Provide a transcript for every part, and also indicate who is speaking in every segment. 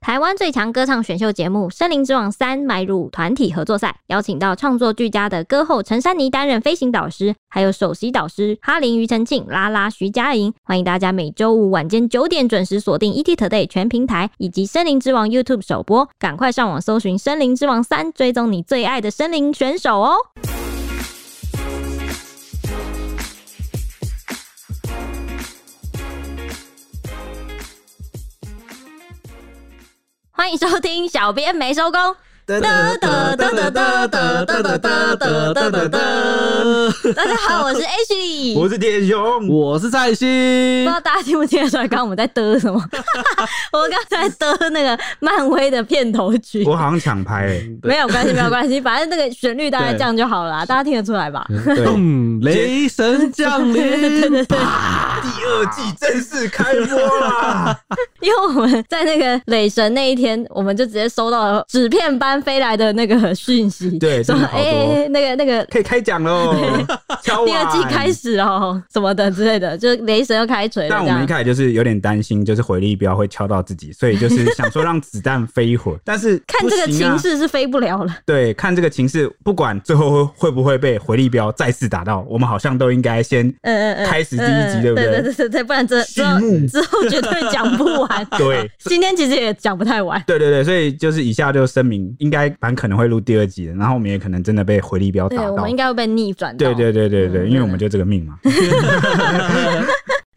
Speaker 1: 台湾最强歌唱选秀节目《森林之王三》迈入团体合作赛，邀请到创作俱佳的歌后陈珊妮担任飞行导师，还有首席导师哈林、庾澄庆、拉拉、徐佳莹。欢迎大家每周五晚间九点准时锁定 ET Today 全平台以及《森林之王》YouTube 首播，赶快上网搜寻《森林之王三》，追踪你最爱的森林选手哦。欢迎收听，小编没收工。
Speaker 2: 哒哒哒哒哒哒哒哒哒哒哒哒哒。
Speaker 1: 大家好，我是 Ashley，
Speaker 3: 我是铁熊，
Speaker 2: 我是蔡欣，
Speaker 1: 不知道大家听不听得出来，刚刚我们在嘚 什么？我们刚才嘚那个漫威的片头曲，
Speaker 3: 我好像抢拍欸，
Speaker 1: 没有关系，没有 关系，反正那个旋律大概
Speaker 3: 对
Speaker 1: 这样就好了啦，大家听得出来吧？
Speaker 3: 对，
Speaker 2: 嗯，雷神降临，
Speaker 3: 第二季正式开播啦！
Speaker 1: 因为我们在那个雷神那一天，我们就直接收到了纸片般飞来的那个讯息，
Speaker 3: 对
Speaker 1: 说
Speaker 3: 真的
Speaker 1: 哎、
Speaker 3: 好多
Speaker 1: 哎哎那个那个。
Speaker 3: 可以开讲喽，敲碗
Speaker 1: 第二季开。始哦，什么的之类的，就是雷神要开锤了
Speaker 3: 但
Speaker 1: 这
Speaker 3: 我们一
Speaker 1: 样。
Speaker 3: 开始就是有点担心，就是回力镖会敲到自己，所以就是想说让子弹飞一会儿。 但是
Speaker 1: 看这个
Speaker 3: 不行啊
Speaker 1: 情，势是飞不了了，
Speaker 3: 对，看这个情势，不管最后会不会被回力镖再次打到，我们好像都应该先
Speaker 1: 嗯嗯嗯，
Speaker 3: 开始第一集
Speaker 1: 嗯嗯
Speaker 3: 对不对
Speaker 1: 对对对对，不然这之后
Speaker 3: 序幕
Speaker 1: 之后绝对讲不完。
Speaker 3: 对。
Speaker 1: 今天其实也讲不太完。
Speaker 3: 对对对，所以就是以下就声明，应该蛮可能会录第二集的，然后我们也可能真的被回力镖打
Speaker 1: 对，我
Speaker 3: 到
Speaker 1: 们应。该会被逆转到。
Speaker 3: 对对对对
Speaker 1: 嗯
Speaker 3: 对，因为我们就这个命嘛。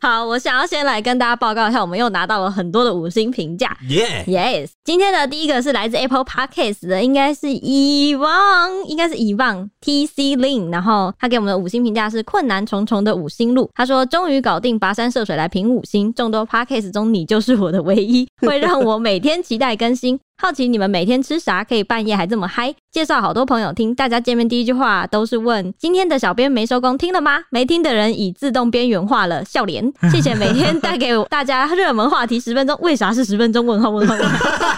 Speaker 1: 好，我想要先来跟大家报告一下，我们又拿到了很多的五星评价。
Speaker 3: 耶！
Speaker 1: Yes，今天的第一个是来自 Apple Podcast 的，应该是遗忘，应该是遗忘 T C Lin，然后他给我们的五星评价是困难重重的五星路，他说终于搞定跋山涉水来评五星，众多 Podcast 中你就是我的唯一，会让我每天期待更新。好奇你们每天吃啥，可以半夜还这么嗨？介绍好多朋友听，大家见面第一句话都是问今天的小编没收工，听了吗？没听的人已自动边缘化了，笑脸。谢谢每天带给我大家热门话题十分钟，为啥是十分钟？问号问号问号。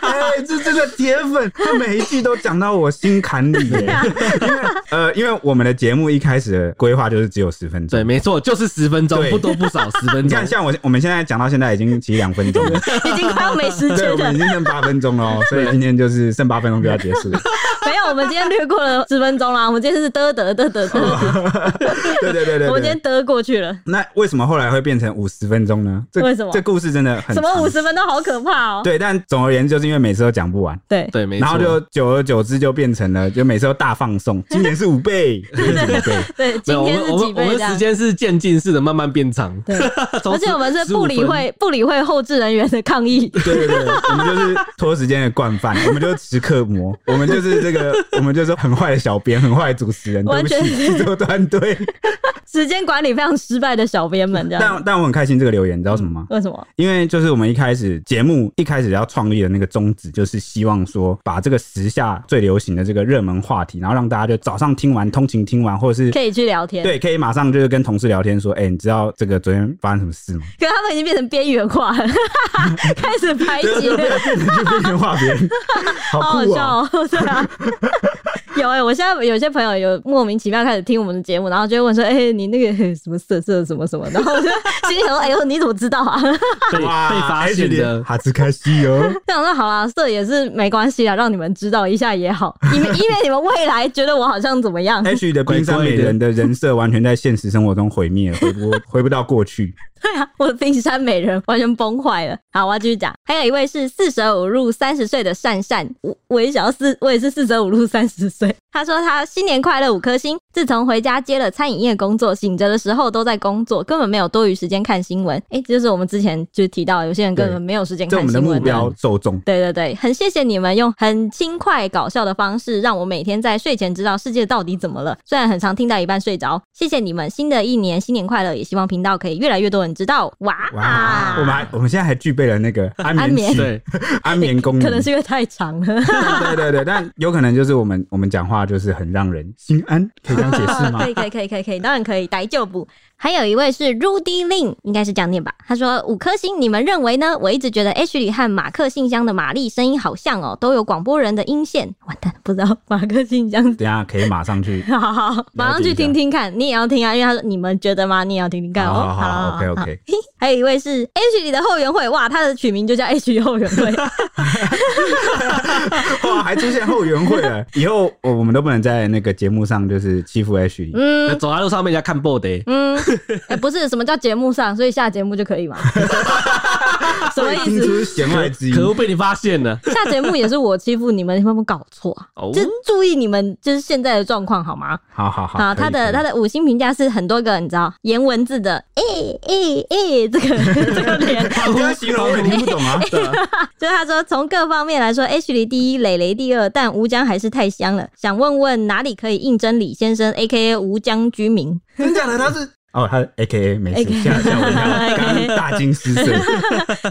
Speaker 3: 哎，这这个铁粉，他每一句都讲到我心坎里耶。因为呃，因为我们的节目一开始的规划就是只有十分钟
Speaker 2: 对，。没错，就是十分钟，
Speaker 3: 对
Speaker 2: 不多不少，十分
Speaker 3: 你
Speaker 2: 钟
Speaker 3: 看，。像我我们现在讲到现在已经其实两分钟了，
Speaker 1: 已经快要没时
Speaker 3: 对，
Speaker 1: 间
Speaker 3: 我
Speaker 1: 了
Speaker 3: 们已。经剩八分钟了哦，所以今天就是剩八分钟就要结束了。
Speaker 1: 没有，我们今天略过了十分钟啦。我们今天是嘚嘚嘚嘚嘚，
Speaker 3: 对对对对
Speaker 1: 我们今
Speaker 3: 对
Speaker 1: 天。嘚过去了。
Speaker 3: 那为什么后来会变成五十分钟呢？这
Speaker 1: 为什么
Speaker 3: 这故事真的很
Speaker 1: 什么
Speaker 3: 长
Speaker 1: 五？十分钟好可怕哦。
Speaker 3: 对，但总而言之，就是因为每次都讲不完，
Speaker 1: 对
Speaker 2: 对，没错。
Speaker 3: 然后就久而久之就变成了，就每次都大放送。今年是五倍，今年是五倍。
Speaker 1: 对，
Speaker 2: 没有
Speaker 1: 今天
Speaker 2: 我
Speaker 1: 是
Speaker 2: 们
Speaker 1: 几
Speaker 2: 我们
Speaker 1: 倍
Speaker 2: 我
Speaker 1: 这
Speaker 2: 们时
Speaker 1: 样？
Speaker 2: 间是渐进式的，慢慢变长。
Speaker 1: 对，
Speaker 2: 从
Speaker 1: 而且我们是
Speaker 2: 15
Speaker 1: 不理
Speaker 2: 分
Speaker 1: 会不理会后置人员的抗议。
Speaker 3: 对对对，我们就是拖时间的惯犯，我们就是时刻魔，我们就是这个，我们就是很坏的小编，很坏的主持人，对
Speaker 1: 完
Speaker 3: 不
Speaker 1: 全
Speaker 3: 起制作团队。
Speaker 1: 时间管理非常失败的小编们这样。
Speaker 3: 但但我很开心这个留言，你知道什么吗？
Speaker 1: 为什么？
Speaker 3: 因为就是我们一开始节目一开始要创立的那个宗旨，就是希望说把这个时下最流行的这个热门话题，然后让大家就早上听完、通勤听完，或者是
Speaker 1: 可以去聊天，，
Speaker 3: 对，可以马上就是跟同事聊天说，哎、你知道这个昨天发生什么事吗？
Speaker 1: 可是他们已经变成边缘化 了，开始排
Speaker 3: 对
Speaker 1: 挤
Speaker 3: 对，对，变成 就变成话别人，好
Speaker 1: 哎好好
Speaker 3: 酷哦、
Speaker 1: 笑哦，对 啊。有哎、我现在有些朋友有莫名其妙开始听我们的节目，然后就会问说：“哎、你那个嘿什么色色什么什么？”然 后我就心里想说：“哎呦，你怎么知道啊
Speaker 2: 被被
Speaker 3: 哇
Speaker 2: 发现
Speaker 3: Ashley，
Speaker 2: 的，
Speaker 3: 哈兹开西哦。？”
Speaker 1: 这样说好啦，色也是没关系啊，让你们知道一下也好，以免以免你们未来觉得我好像怎么 样。
Speaker 3: H 的冰山美人的人设完全在现实生活中毁灭，回不回不到 过去。
Speaker 1: 对啊，我的冰山美人完全崩坏了。好，我要继续讲。还有一位是四舍五入三十岁的善善，我我也想要四，我也是四舍五入三十岁。他说他新年快乐五颗星。自从回家接了餐饮业工作，醒着的时候都在工作，根本没有多余时间看新闻。哎、这就是我们之前就提到，有些人根本没有时间
Speaker 3: 这我
Speaker 1: 看
Speaker 3: 们的
Speaker 1: 新
Speaker 3: 目
Speaker 1: 闻啊的。
Speaker 3: 标受众。
Speaker 1: 对对对，很谢谢你们用很轻快搞笑的方式，让我每天在睡前知道世界到底怎么了。虽然很常听到一半睡着，谢谢你们！新的一年新年快乐，也希望频道可以越来越多人知道。哇，
Speaker 3: 哇，我们还我们现在还具备了那个安眠器、
Speaker 2: 对，
Speaker 3: 安眠功能。
Speaker 1: 嗯可能是因为太长了，
Speaker 3: 对对对，但有可能就是我们我们讲话就是很让人心安，可以这样解释吗
Speaker 1: 可？以可以可以可以可以，当然可以，逮就补。还有一位是 Rudy Lin，应该是这样念吧？他说五颗星，你们认为呢？我一直觉得 H 里和马克信箱的玛丽声音好像哦，都有广播人的音线。完蛋，不知道马克信箱
Speaker 3: 等一下可以马上去。
Speaker 1: 好好，好，马上去听听看，你也要听啊，因为他说你们觉得吗？你也要听听看哦。
Speaker 3: 好好好，OK，OK
Speaker 1: 啊
Speaker 3: OK
Speaker 1: 还有一位是 H 里的后援会，哇，他的取名就叫 H 后援会。
Speaker 3: 哇，还出现后援会了，以后我们都不能在那个节目上就是欺负 H 里。
Speaker 1: 嗯
Speaker 2: 走在路上被人家看 b o d
Speaker 1: 嗯，哎、不是什么叫节目上，所以下节目就可以嘛？什么意
Speaker 3: 听
Speaker 1: 思？
Speaker 3: 出弦外之音
Speaker 2: 可，恶被你发现了。
Speaker 1: 下节目也是我欺负你们，你们有没有搞错啊？
Speaker 2: 哦
Speaker 1: 就注意你们就是现在的状况好吗？啊
Speaker 3: 好好好，
Speaker 1: 他的他
Speaker 3: 的
Speaker 1: 的五星评价是很多个，你知道颜文字的，诶诶诶，这个 这个脸，
Speaker 3: 你刚形容我也听不懂 啊，
Speaker 1: 就是他说从各方面来说，H 里第一，磊磊第二，但吴江还是太香了。想问问哪里可以应征李先生 （A K A 吴江居民
Speaker 3: 真假的他是哦，他 A K A 没事，
Speaker 1: AKA
Speaker 3: 吓吓我一 跳，刚刚大惊失色，），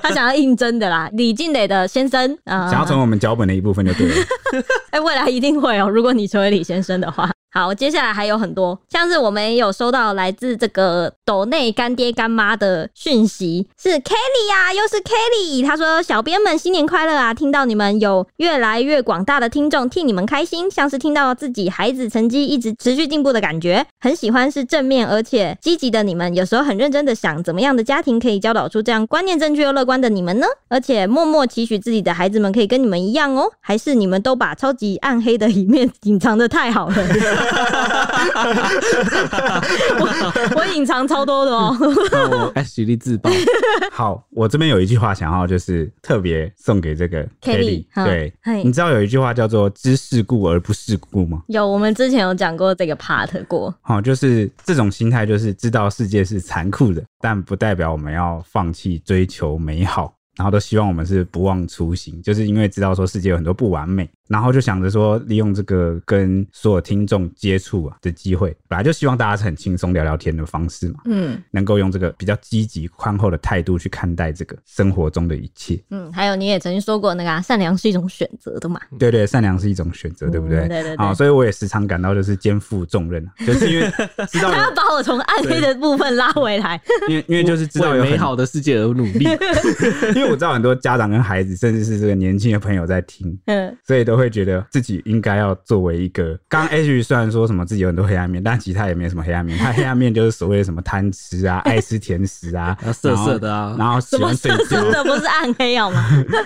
Speaker 1: 他想要应征的啦，李静蕾的先生啊，
Speaker 3: 想要成为我们脚本的一部分就对了。
Speaker 1: 哎、未来一定会哦，如果你成为李先生的话。好，接下来还有很多，像是我们也有收到来自这个斗内干爹干妈的讯息，是 Kelly 呀、又是 Kelly，他说：“小编们新年快乐啊！听到你们有越来越广大的听众，替你们开心，像是听到自己孩子成绩一直持续进步的感觉，很喜欢是正面而且积极的你们，有时候很认真的想，怎么样的家庭可以教导出这样观念正确又乐观的你们呢？而且默默期许自己的孩子们可以跟你们一样哦，还是你们都把超级暗黑的一面隐藏的太 好了？我我隐藏超多的哦，
Speaker 2: 那我 H 力自爆，
Speaker 3: 好，我这边有一句话想要就是特别送给这个
Speaker 1: Kelly，哈
Speaker 3: 对
Speaker 1: 嘿，
Speaker 3: 你知道有一句话叫做“知世故而不世故”吗？
Speaker 1: 有我们之前有讲过这个 part 过，
Speaker 3: 好、就是这种心态，就是知道世界是残酷的，但不代表我们要放弃追求美好。然后都希望我们是不忘初心，就是因为知道说世界有很多不完美，然后就想着说利用这个跟所有听众接触啊的机会，本来就希望大家是很轻松聊聊天的方式嘛，
Speaker 1: 嗯
Speaker 3: 能够用这个比较积极宽厚的态度去看待这个生活中的一切。
Speaker 1: 嗯，还有你也曾经说过那个、啊、善良是一种选择的嘛，
Speaker 2: 嗯
Speaker 3: 对对，善良是一种选择，对不对？
Speaker 1: 嗯对对对
Speaker 3: 好，所以我也时常感到就是肩负重任啊，就是因为知道有
Speaker 1: 他要 把我从暗黑的部分拉回来，
Speaker 3: 因为因为就是知道
Speaker 2: 为
Speaker 3: 有
Speaker 2: 美
Speaker 3: 很
Speaker 2: 好的世界而努力。
Speaker 3: 因为我知道很多家长跟孩子，甚至是这个年轻的朋友在听，
Speaker 1: 嗯，
Speaker 3: 所以都会觉得自己应该要作为一个。刚刚 H 虽然说什么自己有很多黑暗面，但其实他也没什么黑暗面。他黑暗面就是所谓的什么贪吃啊、爱吃甜食啊
Speaker 2: 啊、 色色的啊
Speaker 3: 然后然后喜
Speaker 1: 什么
Speaker 3: 欢睡
Speaker 1: 色
Speaker 3: 觉
Speaker 1: 色。的不是暗黑好 吗？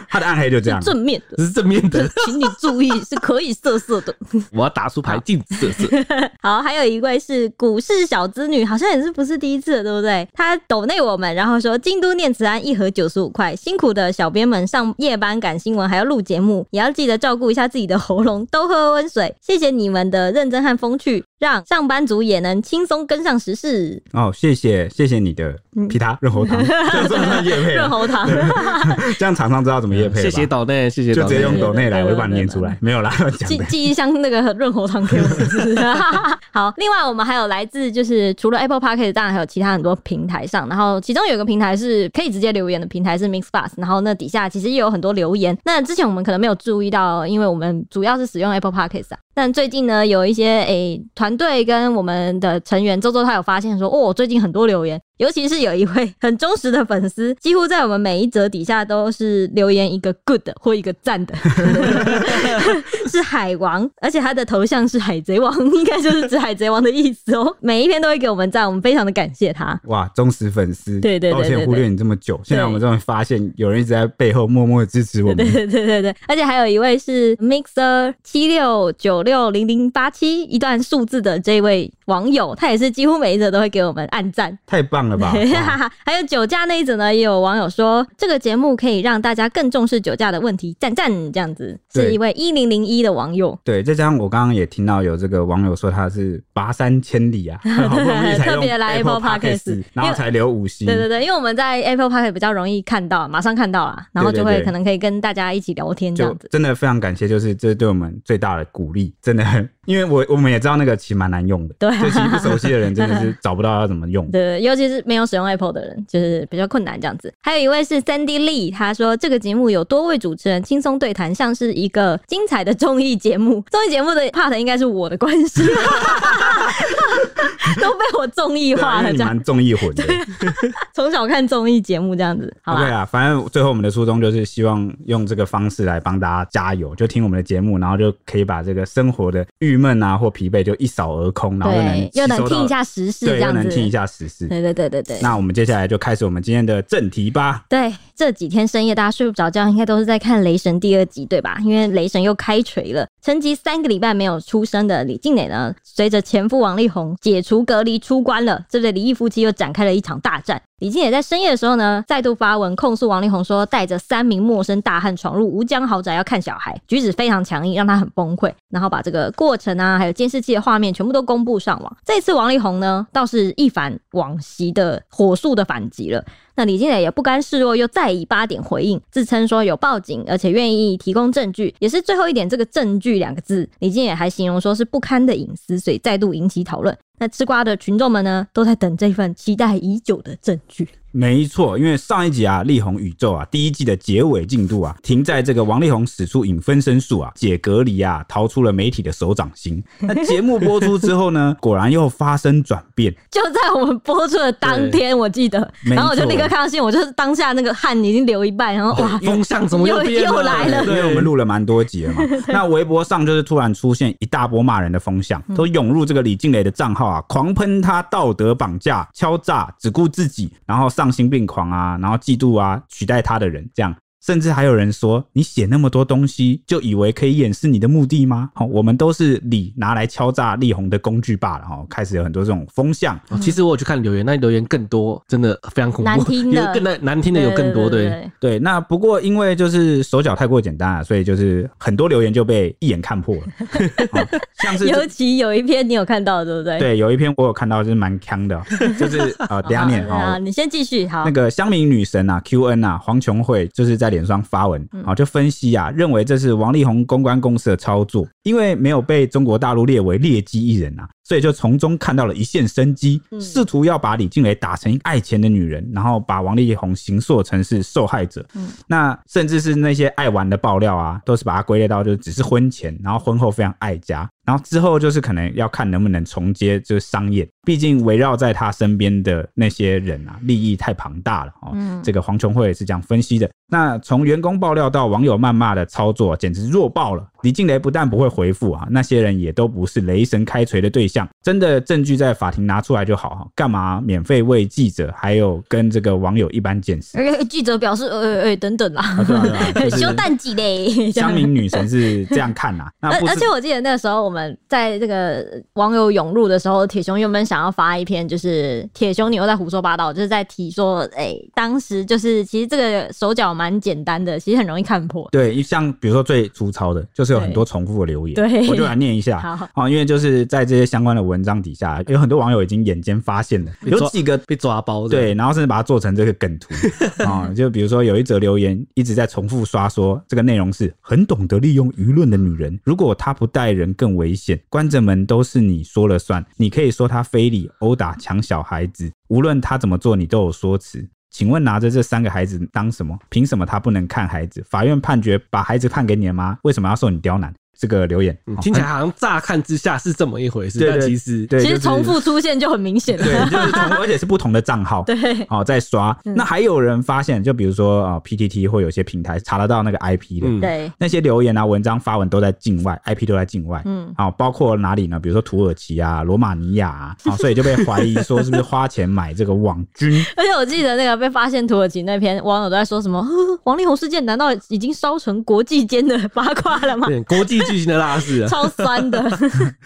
Speaker 3: 他的暗黑就这样
Speaker 1: 是。正面的。
Speaker 2: 这是正面的，
Speaker 1: 请你注意，是可以色色的。
Speaker 2: 我要打出牌禁止色色。
Speaker 1: 好，还有一位是股市小资女，好像也是不是第一次了，对不对？她抖内我们，然后说京都念慈庵一盒九十五块，辛苦的小编们上夜班赶新闻，还要录节目，也要记得照顾一下自己的喉咙，多喝温水。谢谢你们的认真和风趣，让上班族也能轻松跟上时事。
Speaker 3: 哦，谢谢谢谢你的皮塔润喉
Speaker 1: 嗯
Speaker 3: 糖，这样算不算夜配
Speaker 1: 润
Speaker 3: 啊？
Speaker 1: 喉糖，
Speaker 3: 这样厂商知道怎么夜配
Speaker 2: 嗯谢
Speaker 3: 了吧
Speaker 2: 谢岛内，谢谢
Speaker 3: 就
Speaker 2: 岛
Speaker 3: 直接
Speaker 2: 内。
Speaker 3: 用抖内来，我就把你念出来。没有啦，讲
Speaker 1: 寄
Speaker 3: 的。
Speaker 1: 寄一箱那个润喉糖 给我们吃。 好，另外我们还有来自就是除了 Apple Podcast，当然还有其他很多平台上，然后其中有一个平台是可以直接留言的平台是 Mix Bus，然后那底下其实也有很多留言。那之前我们可能没有注意到，因为我们主要是使用 Apple Podcast 啊。但最近呢，有一些诶团队跟我们的成员周周他有发现说，哦，最近很多留言，尤其是有一位很忠实的粉丝，几乎在我们每一则底下都是留言一个 good 或一个赞的，是海王，而且他的头像是海贼王，应该就是指海贼王的意思哦。每一篇都会给我们赞，我们非常的感谢他。
Speaker 3: 哇，忠实粉丝，
Speaker 1: 对对对
Speaker 3: 抱
Speaker 1: 对
Speaker 3: 歉
Speaker 1: 对
Speaker 3: 忽略你这么久，现在
Speaker 1: 对
Speaker 3: 我们终于发现有人一直在背后默默地支持我们
Speaker 1: 对。对对对对，而且还有一位是 Mixer 七六九六零零八七一段数字的这位网友，他也是几乎每一则都会给我们按赞，
Speaker 3: 太棒了吧！哇
Speaker 1: 还有酒驾那一则呢，也有网友说这个节目可以让大家更重视酒驾的问题，赞赞这样子，是
Speaker 3: 对
Speaker 1: 一位一零零一的网友。
Speaker 3: 对，再加上我刚刚也听到有这个网友说他是跋山千里啊，好不容易才
Speaker 1: 特
Speaker 3: 用
Speaker 1: 别来
Speaker 3: Apple
Speaker 1: Apple Podcast，
Speaker 3: Podcast，然后才留五星
Speaker 1: 对。对对，因为我们在 Apple Park 比较容易看到，啊马上看到啦，然后就
Speaker 3: 对对
Speaker 1: 会
Speaker 3: 对
Speaker 1: 可能可以跟大家一起聊天这
Speaker 3: 就
Speaker 1: 样子。
Speaker 3: 真的非常感谢，就是这是对我们最大的鼓励，真的很，因为我我们也知道那个其实蛮难用的，
Speaker 1: 对啊
Speaker 3: 就其实不熟悉的人真的是找不到要怎么用。
Speaker 1: 对，尤其是没有使用 Apple 的人，就是比较困难这样子。还有一位是 Sandy Lee，他说这个节目有多位主持人轻松对谈，像是一个精彩的综艺节目。 综艺节目的 part 应该是我的关系， 都被我综艺
Speaker 3: 对啊
Speaker 1: 化
Speaker 3: 因
Speaker 1: 了这
Speaker 3: 为你
Speaker 1: 样
Speaker 3: 蛮。综艺混的。
Speaker 1: 从小看综艺节目这样子，好
Speaker 3: OK
Speaker 1: 吧？
Speaker 3: 啊，反正最后我们的初衷就是希望用这个方式来帮大家加油，就听我们的节目，然后就可以把这个生活的郁郁闷啊或疲惫就一扫而空，啊然后又能
Speaker 1: 对，又能
Speaker 3: 吸收到
Speaker 1: 听一下时事这
Speaker 3: 对，又
Speaker 1: 样
Speaker 3: 能
Speaker 1: 子，
Speaker 3: 听一下时事。
Speaker 1: 对对对对对。
Speaker 3: 那我们接下来就开始我们今天的正题吧。
Speaker 1: 对，这几天深夜大家睡不着觉，应该都是在看《雷神》第二集，对吧？因为雷神又开锤了，沉寂三个礼拜没有出声的李静蕾呢，随着前夫王力宏解除隔离出关了，这对离异夫妻又展开了一场大战。李静蕾在深夜的时候呢，再度发文控诉王力宏说，带着三名陌生大汉闯入吴江豪宅要看小孩，举止非常强硬，让他很崩溃。然后把这个过程啊，还有监视器的画面全部都公布上网。这次王力宏呢，倒是一反往昔的火速的反击了。那李金磊也不甘示弱，又再以八点回应，自称说有报警，而且愿意提供证据，也是最后一点这个“证据”两个字，李金磊还形容说是不堪的隐私，所以再度引起讨论。那吃瓜的群众们呢，都在等这份期待已久的证据。
Speaker 3: 没错，因为上一集啊，力宏宇宙啊，第一季的结尾进度啊，停在这个王力宏使出影分身术啊，解隔离啊，逃出了媒体的手掌心。那节目播出之后呢， 果然又发生转变，
Speaker 1: 就在我们播出的当天，我记得，
Speaker 3: 没
Speaker 1: 然后我就
Speaker 3: 错
Speaker 1: 立刻看到新闻，我就是当下那个汗已经流一半，然后哇，
Speaker 2: 风向怎么
Speaker 1: 哦又
Speaker 2: 变
Speaker 1: 又
Speaker 2: 了？
Speaker 1: 来了
Speaker 3: 因为我们录了蛮多集了嘛。那微博上就是突然出现一大波骂人的风向，都涌入这个李静蕾的账号啊，狂喷她道德绑架、敲诈、只顾自己，然后丧心病狂啊，然后嫉妒啊，取代她的人这样。甚至还有人说，你写那么多东西，就以为可以掩饰你的目的吗？好、我们都是李拿来敲诈力宏的工具罢了。哈、哦，开始有很多这种风向。
Speaker 2: 哦其实我有去看留言，那留言更多，真的非常恐怖，
Speaker 1: 难听的
Speaker 2: 有更难难听的有更多，对。
Speaker 3: 对，那不过因为就是手脚太过简单啊，所以就是很多留言就被一眼看破了。哦像是这
Speaker 1: 尤其有一篇你有看到，对不对？
Speaker 3: 对，有一篇我有看到，就是蛮 呛的哦，就是呃，等一下念
Speaker 1: 哎好啊，
Speaker 3: 哦。
Speaker 1: 你先继续，好
Speaker 3: 那，个乡民女神啊，QN 啊，黄琼慧就是在脸上发文，
Speaker 1: 嗯
Speaker 3: 啊、就分析啊，认为这是王力宏公关公司的操作，因为没有被中国大陆列为劣迹艺人啊，所以就从中看到了一线生机，
Speaker 1: 嗯
Speaker 3: 试图要把李静蕾打成爱钱的女人，然后把王力宏形塑成是受害者。那甚至是那些爱玩的爆料啊，都是把它归类到就是只是婚前，然后婚后非常爱家，然后之后就是可能要看能不能重接就是商业，毕竟围绕在他身边的那些人啊，利益太庞大了哦。
Speaker 1: 嗯
Speaker 3: 这个黄琼慧也是这样分析的。那从员工爆料到网友谩骂的操作，简直弱爆了。李静蕾不但不会回复啊，那些人也都不是雷神开锤的对象。真的证据在法庭拿出来就好哈，干嘛免费为记者还有跟这个网友一般见识？
Speaker 1: 而且记者表示，呃呃呃，等等啦，
Speaker 3: 啊对啊对啊就是
Speaker 1: 修蛋几嘞，
Speaker 3: 乡民女 神是这样看呐、啊那
Speaker 1: 而
Speaker 3: 不
Speaker 1: 而
Speaker 3: 是
Speaker 1: 且我记得那时候我们在这个网友涌入的时候，铁熊原本想要发一篇，就是铁熊你又在胡说八道，就是在提说，哎、当时就是其实这个手脚蛮简单的，其实很容易看破。
Speaker 3: 对，像比如说最粗糙的，就是有
Speaker 1: 对
Speaker 3: 很多重复的留言，
Speaker 1: 对
Speaker 3: 我就来念一下
Speaker 1: 好
Speaker 3: 啊、因为就是在这些相关的文章底下，有很多网友已经眼尖发现了，
Speaker 2: 被抓
Speaker 3: 有几个
Speaker 2: 被抓包的，
Speaker 3: 对，然后甚至把它做成这个梗 图啊、就比如说有一则留言一直在重复刷说，这个内容是很懂得利用舆论的女人，如果她不带人更危险，关着门都是你说了算，你可以说她非礼、殴打、抢小孩子，无论她怎么做，你都有说辞。请问拿着这三个孩子当什么？凭什么她不能看孩子？法院判决把孩子判给你了吗？为什么要受你刁难？这个留言、
Speaker 2: 嗯
Speaker 3: 哦
Speaker 2: 听起来好像乍看之下是这么一回事，
Speaker 3: 对
Speaker 2: 但
Speaker 3: 对
Speaker 2: 其实
Speaker 3: 对，
Speaker 1: 其实
Speaker 3: 就是
Speaker 1: 重复出现就很明显了。
Speaker 3: 对，就 是同，而且是不同的账号，
Speaker 1: 对，
Speaker 3: 哦，在刷。
Speaker 1: 嗯
Speaker 3: 那还有人发现，就比如说啊、呃 PTT 或有些平台查得到那个 IP 的。
Speaker 2: 嗯
Speaker 1: 对，
Speaker 3: 那些留言啊、文章发文都在境外，IP 都在境外，
Speaker 1: 嗯，
Speaker 3: 好、包括哪里呢？比如说土耳其啊、罗马尼亚啊，哦，所以就被怀疑说是不是花钱买这个网军？
Speaker 1: 而且我记得那个被发现土耳其那篇，网友都在说什么 呵呵王力宏事件难道已经烧成国际间的八卦了吗？
Speaker 2: 对国际巨星的拉屎啊，
Speaker 1: 超酸的，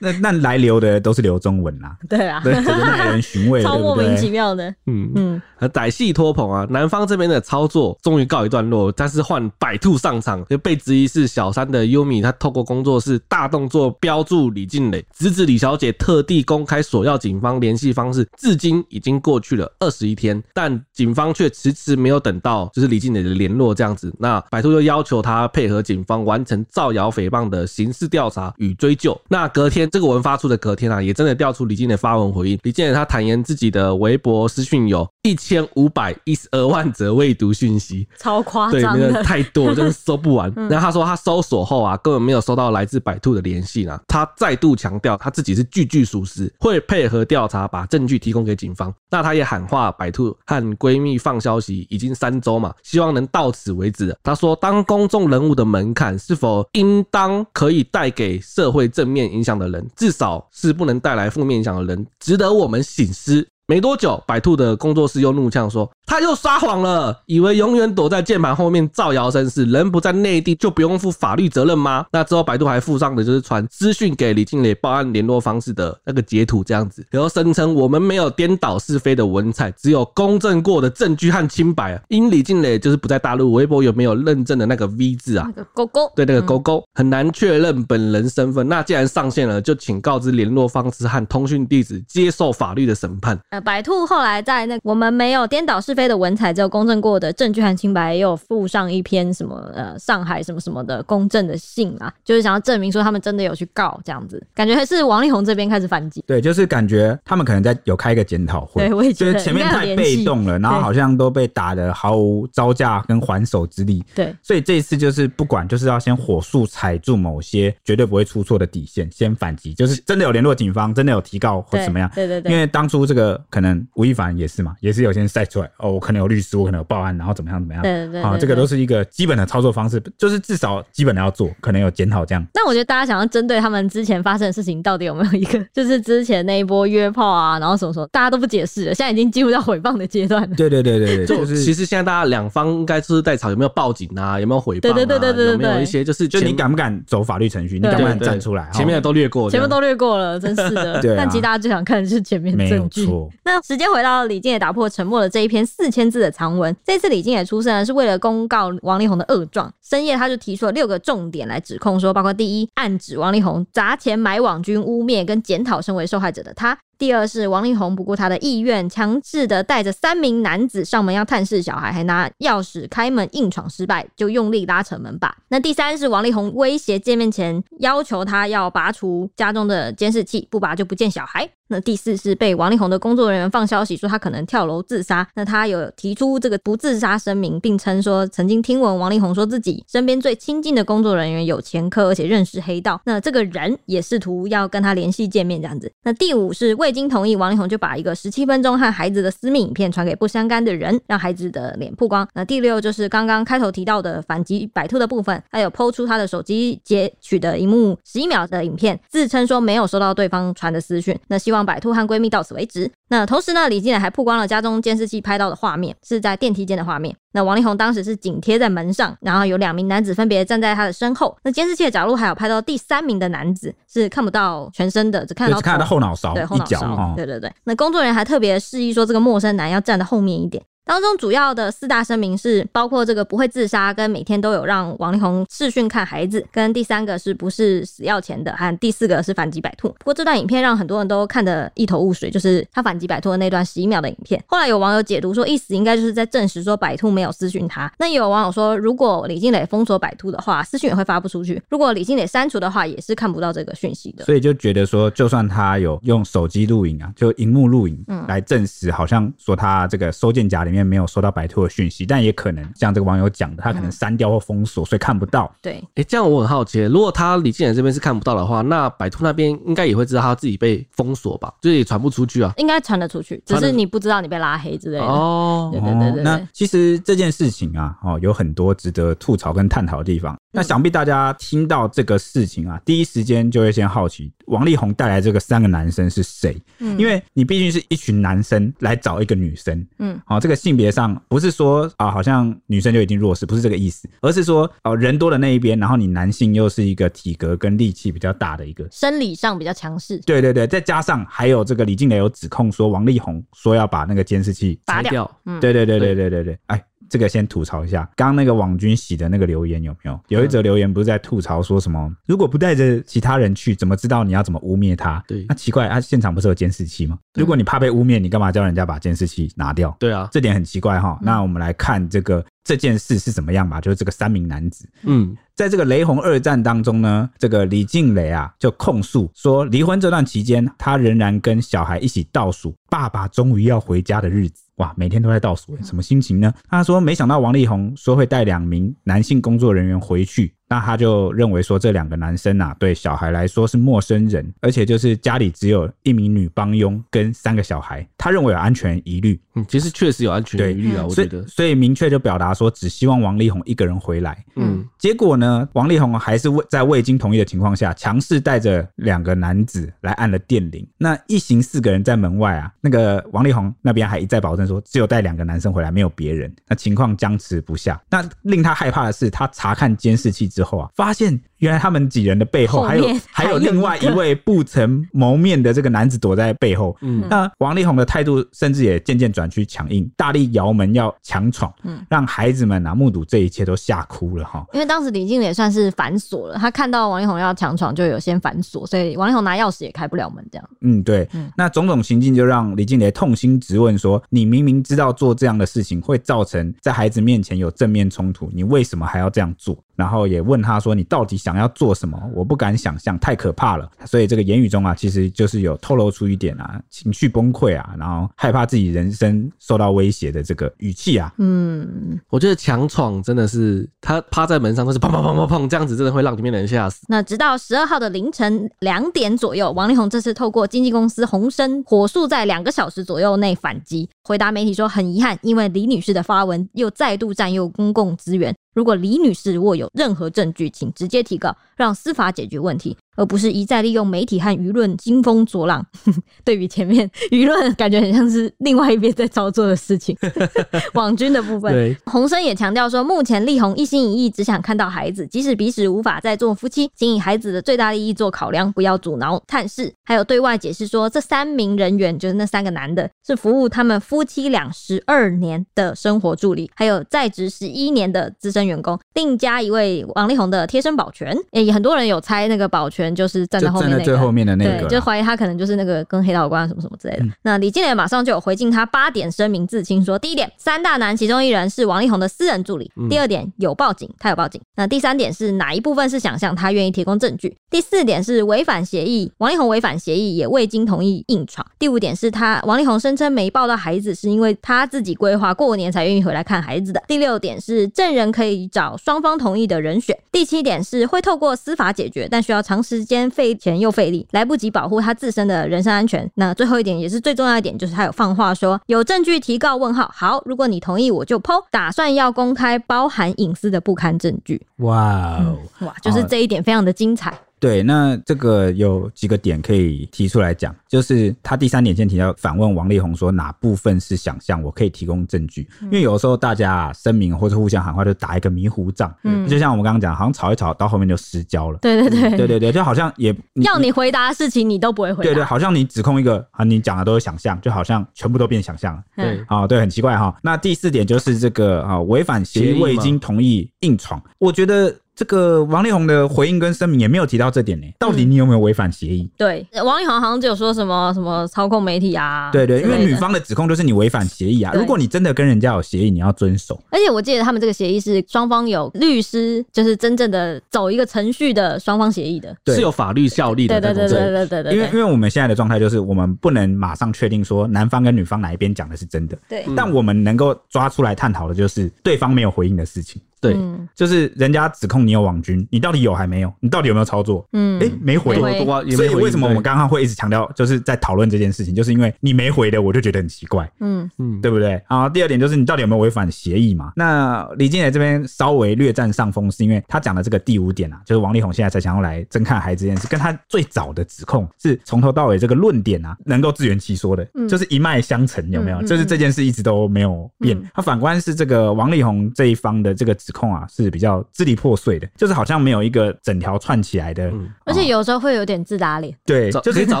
Speaker 3: 那那来留的都是留中文啦、
Speaker 1: 对啊，
Speaker 3: 对，这个耐人寻味，
Speaker 1: 超
Speaker 3: 对不
Speaker 1: 莫名其
Speaker 3: 对？
Speaker 1: 妙的，
Speaker 2: 嗯。
Speaker 1: 嗯，
Speaker 2: 呃，歹戏拖棚啊，南方这边的操作终于告一段落，但是换百兔上场，就被质疑是小三的优米，他透过工作室大动作标注李静蕾，侄子李小姐特地公开索要警方联系方式，至今已经过去了二十一天，但警方却迟迟没有等到就是李静蕾的联络这样子，那百兔就要求他配合警方完成造谣诽谤的刑事调查与追究。那隔天这个文发出的隔天啊，也真的调出李静蕾发文回应，李静蕾她坦言自己的微博私讯有一千五百一十二万则未读讯息，
Speaker 1: 超夸
Speaker 2: 对，那
Speaker 1: 张
Speaker 2: 个
Speaker 1: 的，嗯
Speaker 2: 太 多，真的搜不完。然后他说他搜索后啊，根本没有收到来自百度的联系呢。他再度强调他自己是句句属实，会配合调查把证据提供给警方。那他也喊话百度和闺蜜放消息已经三周嘛，希望能到此为止。他说，当公众人物的门槛是否因应当可以带给社会正面影响的人，至少是不能带来负面影响的人，值得我们醒思。没多久，百兔的工作室又怒呛说：“他又撒谎了，以为永远躲在键盘后面造谣生事，人不在内地就不用负法律责任吗？”那之后，百度还附上的就是传资讯给李静蕾报案联络方式的那个截图，这样子，然后声称我们没有颠倒是非的文采，只有公正过的证据和清白啊。因李静蕾就是不在大陆，微博有没有认证的那个 V 字啊
Speaker 1: 那？个狗狗，
Speaker 2: 对那个勾勾、很难确认本人身份。那既然上线了，就请告知联络方式和通讯地址，接受法律的审判。
Speaker 1: 呃，白兔后来在那我们没有颠倒是非的文采，只有公正过的证据和清白，也有附上一篇什么呃上海什么什么的公正的信啊，就是想要证明说他们真的有去告这样子，感觉是王力宏这边开始反击。
Speaker 3: 对，就是感觉他们可能在有开一个检讨会，
Speaker 1: 对我也觉
Speaker 3: 就
Speaker 1: 得
Speaker 3: 是前面
Speaker 1: 应该有
Speaker 3: 太
Speaker 1: 联
Speaker 3: 被
Speaker 1: 系
Speaker 3: 动了，然后
Speaker 1: 对
Speaker 3: 好像都被打得毫无招架跟还手之力。
Speaker 1: 对，
Speaker 3: 所以这一次就是不管，就是要先火速踩住某些绝对不会出错的底线，先反击，就是真的有联络警方，真的有提告或
Speaker 1: 对
Speaker 3: 怎么样。
Speaker 1: 对对对
Speaker 3: 因为当初这个可能吴亦凡也是嘛，也是有些人晒出来哦，我可能有律师，我可能有报案，然后怎么样怎么样。
Speaker 1: 对对对
Speaker 3: 啊，
Speaker 1: 对
Speaker 3: 这个
Speaker 1: 对
Speaker 3: 都是一个基本的操作方式，就是至少基本的要做，可能有检讨这样。
Speaker 1: 但我觉得大家想要针对他们之前发生的事情，到底有没有一个，就是之前那一波约炮啊，然后什么什么，大家都不解释了，现在已经进入到诽谤的阶段了。
Speaker 3: 对对对对对，
Speaker 2: 就
Speaker 3: 就是
Speaker 2: 其实现在大家两方应该就是在吵有没有报警啊，有没有回报、啊，
Speaker 1: 对对对对对
Speaker 2: 有没有一些就是
Speaker 3: 就
Speaker 2: 前
Speaker 3: 你敢不敢走法律程序，你
Speaker 1: 对
Speaker 3: 敢
Speaker 2: 对
Speaker 3: 不
Speaker 2: 对
Speaker 3: 敢站出来？哦
Speaker 2: 前面的
Speaker 3: 都
Speaker 2: 都略过，
Speaker 1: 前面都略过了，真是的。
Speaker 3: 啊对啊
Speaker 1: 但其实大家最想看的是前面
Speaker 3: 没有
Speaker 1: 证据。
Speaker 3: 错。
Speaker 1: 那时间回到李静也打破沉默的这一篇四千字的长文。这次李静也出声了，是为了公告王力宏的恶状。深夜他就提出了六个重点来指控说，包括第一，暗指王力宏砸钱买网军，污蔑跟检讨身为受害者的他；第二是王力宏不顾他的意愿，强制的带着三名男子上门要探视小孩，还拿钥匙开门硬闯失败，就用力拉扯门把。那第三是王力宏威胁见面前要求他要拔除家中的监视器，不拔就不见小孩。那第四是被王力宏的工作人员放消息说他可能跳楼自杀，那他有提出这个不自杀声明，并称说曾经听闻王力宏说自己身边最亲近的工作人员有前科，而且认识黑道，那这个人也试图要跟他联系见面这样子。那第五是未经同意，王力宏就把一个十七分钟和孩子的私密影片传给不相干的人，让孩子的脸曝光。那第六就是刚刚开头提到的反击百兔的部分，他有抛出他的手机截取的一幕十一秒的影片，自称说没有收到对方传的私讯。那希望百兔和闺蜜到此为止。那同时呢，李金磊还曝光了家中监视器拍到的画面，是在电梯间的画面。那王力宏当时是紧贴在门上，然后有两名男子分别站在他的身后。那监视器的角落还有拍到第三名的男子是看不到全身的，只看
Speaker 3: 就
Speaker 1: 得
Speaker 3: 是
Speaker 1: 到
Speaker 3: 看他
Speaker 1: 头
Speaker 3: 的后脑勺
Speaker 1: 对，后
Speaker 3: 一
Speaker 1: 脑
Speaker 3: 角
Speaker 1: 勺，
Speaker 3: 哦，
Speaker 1: 对对对。那工作人员还特别示意说，这个陌生男要站的后面一点。当中主要的四大声明是，包括这个不会自杀，跟每天都有让王力宏视讯看孩子，跟第三个是不是死要钱的，和第四个是反击百兔。不过这段影片让很多人都看得一头雾水，就是他反击百兔的那段十一秒的影片。后来有网友解读说，意思应该就是在证实说百兔没有私讯他。那也有网友说，如果李静蕾封锁百兔的话，私讯也会发不出去；如果李静蕾删除的话，也是看不到这个讯息的。
Speaker 3: 所以就觉得说，就算他有用手机录影啊，就荧幕录影来证实，好像说他这个收件夹里面没有收到白兔的讯息，但也可能像这个网友讲的，他可能删掉或封锁，所以看不到。
Speaker 1: 对，
Speaker 2: 哎、这样我很好奇，如果他李建仁这边是看不到的话，那百兔那边应该也会知道他自己被封锁吧，就是也传不出去啊。
Speaker 1: 应该传得出去，只
Speaker 2: 传得
Speaker 1: 是你不知道你被拉黑之类的。
Speaker 2: 哦
Speaker 1: 对，对对对
Speaker 3: 那
Speaker 1: 对
Speaker 3: 其实这件事情啊，哦，有很多值得吐槽跟探讨的地
Speaker 1: 嗯
Speaker 3: 方。那想必大家听到这个事情啊，第一时间就会先好奇王力宏带来这个三个男生是谁，
Speaker 1: 嗯
Speaker 3: 因为你毕竟是一群男生来找一个女生，
Speaker 1: 嗯，
Speaker 3: 哦，这个性别上不是说啊、好像女生就一定弱势，不是这个意思，而是说哦、人多的那一边，然后你男性又是一个体格跟力气比较大的一个
Speaker 1: 生理上比较强势，
Speaker 3: 对对对，再加上还有这个李静蕾有指控说王力宏说要把那个监视器
Speaker 1: 拔
Speaker 2: 拆
Speaker 1: 掉。
Speaker 2: 掉。
Speaker 1: 嗯
Speaker 3: 对对对对对对对，哎，这个先吐槽一下，刚刚那个网军洗的那个留言有没有？有一则留言不是在吐槽说什么，如果不带着其他人去，怎么知道你要怎么污蔑他？
Speaker 2: 对
Speaker 3: 那奇怪，他、现场不是有监视器吗？如果你怕被污蔑，你干嘛叫人家把监视器拿掉？
Speaker 2: 对啊，
Speaker 3: 这点很奇怪哈。那我们来看这个这件事是怎么样吧，就是这个三名男子。
Speaker 2: 嗯，
Speaker 3: 在这个雷洪二战当中呢，这个李静蕾啊就控诉说，离婚这段期间，她仍然跟小孩一起倒数爸爸终于要回家的日子。哇，每天都在倒
Speaker 2: 嗯
Speaker 3: 数，什么心情呢？她说，没想到王力宏说会带两名男性工作人员回去，那他就认为说这两个男生啊，对小孩来说是陌生人，而且就是家里只有一名女帮佣跟三个小孩，他认为有安全疑虑，
Speaker 2: 嗯，其实确实有安全疑虑啊，我觉
Speaker 3: 所以
Speaker 2: 得，
Speaker 3: 所以明确就表达说只希望王力宏一个人回来。
Speaker 2: 嗯
Speaker 3: 结果呢，王力宏还是未在未经同意的情况下，强势带着两个男子来按了电铃。那一行四个人在门外啊，那个王力宏那边还一再保证说，只有带两个男生回来，没有别人。那情况僵持不下。那令他害怕的是，他查看监视器之后啊，发现原来他们几人的背后
Speaker 1: 后
Speaker 3: 还有
Speaker 1: 面
Speaker 3: 还有
Speaker 1: 还有
Speaker 3: 另外
Speaker 1: 一
Speaker 3: 一
Speaker 1: 个
Speaker 3: 位不曾谋面的这个男子躲在背后。
Speaker 2: 嗯
Speaker 3: 那王力宏的态度甚至也渐渐转趋强硬，大力摇门要强闯，
Speaker 1: 嗯
Speaker 3: 让孩子们啊目睹这一切都吓哭了哈。
Speaker 1: 因为当时李静也算是反锁了，他看到王力宏要强闯，就有先反锁，所以王力宏拿钥匙也开不了门，这样。
Speaker 3: 嗯，对，
Speaker 1: 嗯
Speaker 3: 那种种行径就让李静蕾痛心质问说：“你明明知道做这样的事情会造成在孩子面前有正面冲突，你为什么还要这样做？”然后也问他说：“你到底想要做什么？我不敢想象，太可怕了。”所以这个言语中啊，其实就是有透露出一点啊情绪崩溃啊，然后害怕自己人生受到威胁的这个语气啊。
Speaker 1: 嗯，
Speaker 2: 我觉得强闯真的是他趴在门上，就是砰砰砰砰砰这样子，真的会让里面的人吓死。
Speaker 1: 那直到十二号的凌晨两点左右，王力宏这次透过经纪公司鸿升，火速在两个小时左右内反击，回答媒体说很遗憾，因为李女士的发文又再度占用公共资源。如果李女士握有任何证据，请直接提告，让司法解决问题，而不是一再利用媒体和舆论兴风作浪。 对比前面舆论，感觉很像是另外一边在操作的事情。 网军的部分，
Speaker 2: 对，
Speaker 1: 洪生也强调说，目前力宏一心一意只想看到孩子，即使彼此无法再做夫妻，请以孩子的最大利益做考量，不要阻挠探视。还有对外解释说，这三名人员就是那三个男的，是服务他们夫妻俩十二年的生活助理，还有在职十一年的资深员工，另加一位王力宏的贴身保全。也很多人有猜那个保全就是站在
Speaker 3: 就
Speaker 1: 后面
Speaker 3: 站
Speaker 1: 那个，
Speaker 3: 在最后面的那
Speaker 1: 对，
Speaker 3: 个
Speaker 1: 就
Speaker 3: 啦，嗯
Speaker 1: 怀疑他可能就是那个跟黑道有关什么什么之类的。那李金磊马上就有回敬他八点声明自清说：第一点，三大男其中一人是王力宏的私人助理；
Speaker 3: 嗯
Speaker 1: 第二点，有报警，他有报警；那第三点是哪一部分是想象他愿意提供证据；第四点是违反协议，王力宏违反协议也未经同意硬闯；第五点是他王力宏声称没抱到孩子是因为他自己规划过年才愿意回来看孩子的；第六点是证人可以找双方同意的人选；第七点是会透过司法解决，但需要长时间费钱又费力，来不及保护他自身的人身安全。那最后一点也是最重要一点，就是他有放话说有证据提告问号。好，如果你同意，我就剖，打算要公开包含隐私的不堪证据。嗯
Speaker 3: 哇哦！
Speaker 1: 哇，就是这一点非常的精彩。
Speaker 3: 对，那这个有几个点可以提出来讲，就是他第三点先提到反问王力宏说哪部分是想象，我可以提供证据，
Speaker 1: 嗯
Speaker 3: 因为有的时候大家啊声明或者互相喊话就打一个迷糊仗，
Speaker 1: 嗯
Speaker 3: 就像我们刚刚讲，好像吵一吵到后面就失焦了，
Speaker 1: 对对对，
Speaker 3: 嗯对对对，就好像也
Speaker 1: 要你回答的事情你都不会回答。
Speaker 3: 对对，好像你指控一个啊，你讲的都是想象，就好像全部都变想象了。
Speaker 1: 嗯
Speaker 2: 对，
Speaker 3: 啊、对，很奇怪哈、那第四点就是这个啊，违反协
Speaker 2: 协议
Speaker 3: 议
Speaker 2: 嘛
Speaker 3: 未经同意硬闯。我觉得这个王力宏的回应跟声明也没有提到这点
Speaker 1: 嗯
Speaker 3: 呢、到底你有没有违反协议？
Speaker 1: 对，王力宏好像只有说什么什么操控媒体啊，
Speaker 3: 对对，
Speaker 1: 之
Speaker 3: 因为
Speaker 1: 类的
Speaker 3: 女方的指控就是你违反协议啊。
Speaker 1: 对
Speaker 3: 如果你真的跟人家有协议，你要遵守。
Speaker 1: 而且我记得他们这个协议是双方有律师，就是真正的走一个程序的双方协议的。
Speaker 3: 对
Speaker 2: 是有法律效力
Speaker 1: 对
Speaker 2: 的
Speaker 1: 对对
Speaker 2: 那种
Speaker 1: 对
Speaker 2: 证。
Speaker 1: 对对对，
Speaker 3: 因为因为我们现在的状态就是，我们不能马上确定说男方跟女方哪一边讲的是真的，
Speaker 1: 对
Speaker 3: 但我们能够抓出来探讨的就是对方没有回应的事情，
Speaker 2: 对
Speaker 1: 嗯
Speaker 3: 就是人家指控你有网军，你到底有还没有？你到底有没有操作？
Speaker 1: 嗯
Speaker 3: 诶，没回
Speaker 1: 对，
Speaker 2: 多多啊也没
Speaker 3: 所以
Speaker 2: 回应
Speaker 3: 为什么我们
Speaker 2: 对
Speaker 3: 刚刚会一直强调，就是在讨论这件事情，就是因为你没回的，我就觉得很奇怪，
Speaker 1: 嗯
Speaker 2: 嗯，
Speaker 3: 对不对？啊，第二点就是你到底有没有违反协议嘛？那李金磊这边稍微略占上风，是因为他讲的这个第五点啊，就是王力宏现在才想要来侦看孩子这件事，跟他最早的指控是从头到尾这个论点啊，能够自圆其说的，
Speaker 1: 嗯
Speaker 3: 就是一脉相承，有没有？
Speaker 1: 嗯嗯
Speaker 3: 就是这件事一直都没有变。
Speaker 1: 嗯
Speaker 3: 他反观是这个王力宏这一方的这个指控啊，是比较支离破碎的，就是好像没有一个整条串起来的，
Speaker 2: 嗯
Speaker 1: 而且有时候会有点自打脸。
Speaker 3: 对，
Speaker 2: 找
Speaker 3: 就
Speaker 2: 可以
Speaker 3: 是
Speaker 2: 找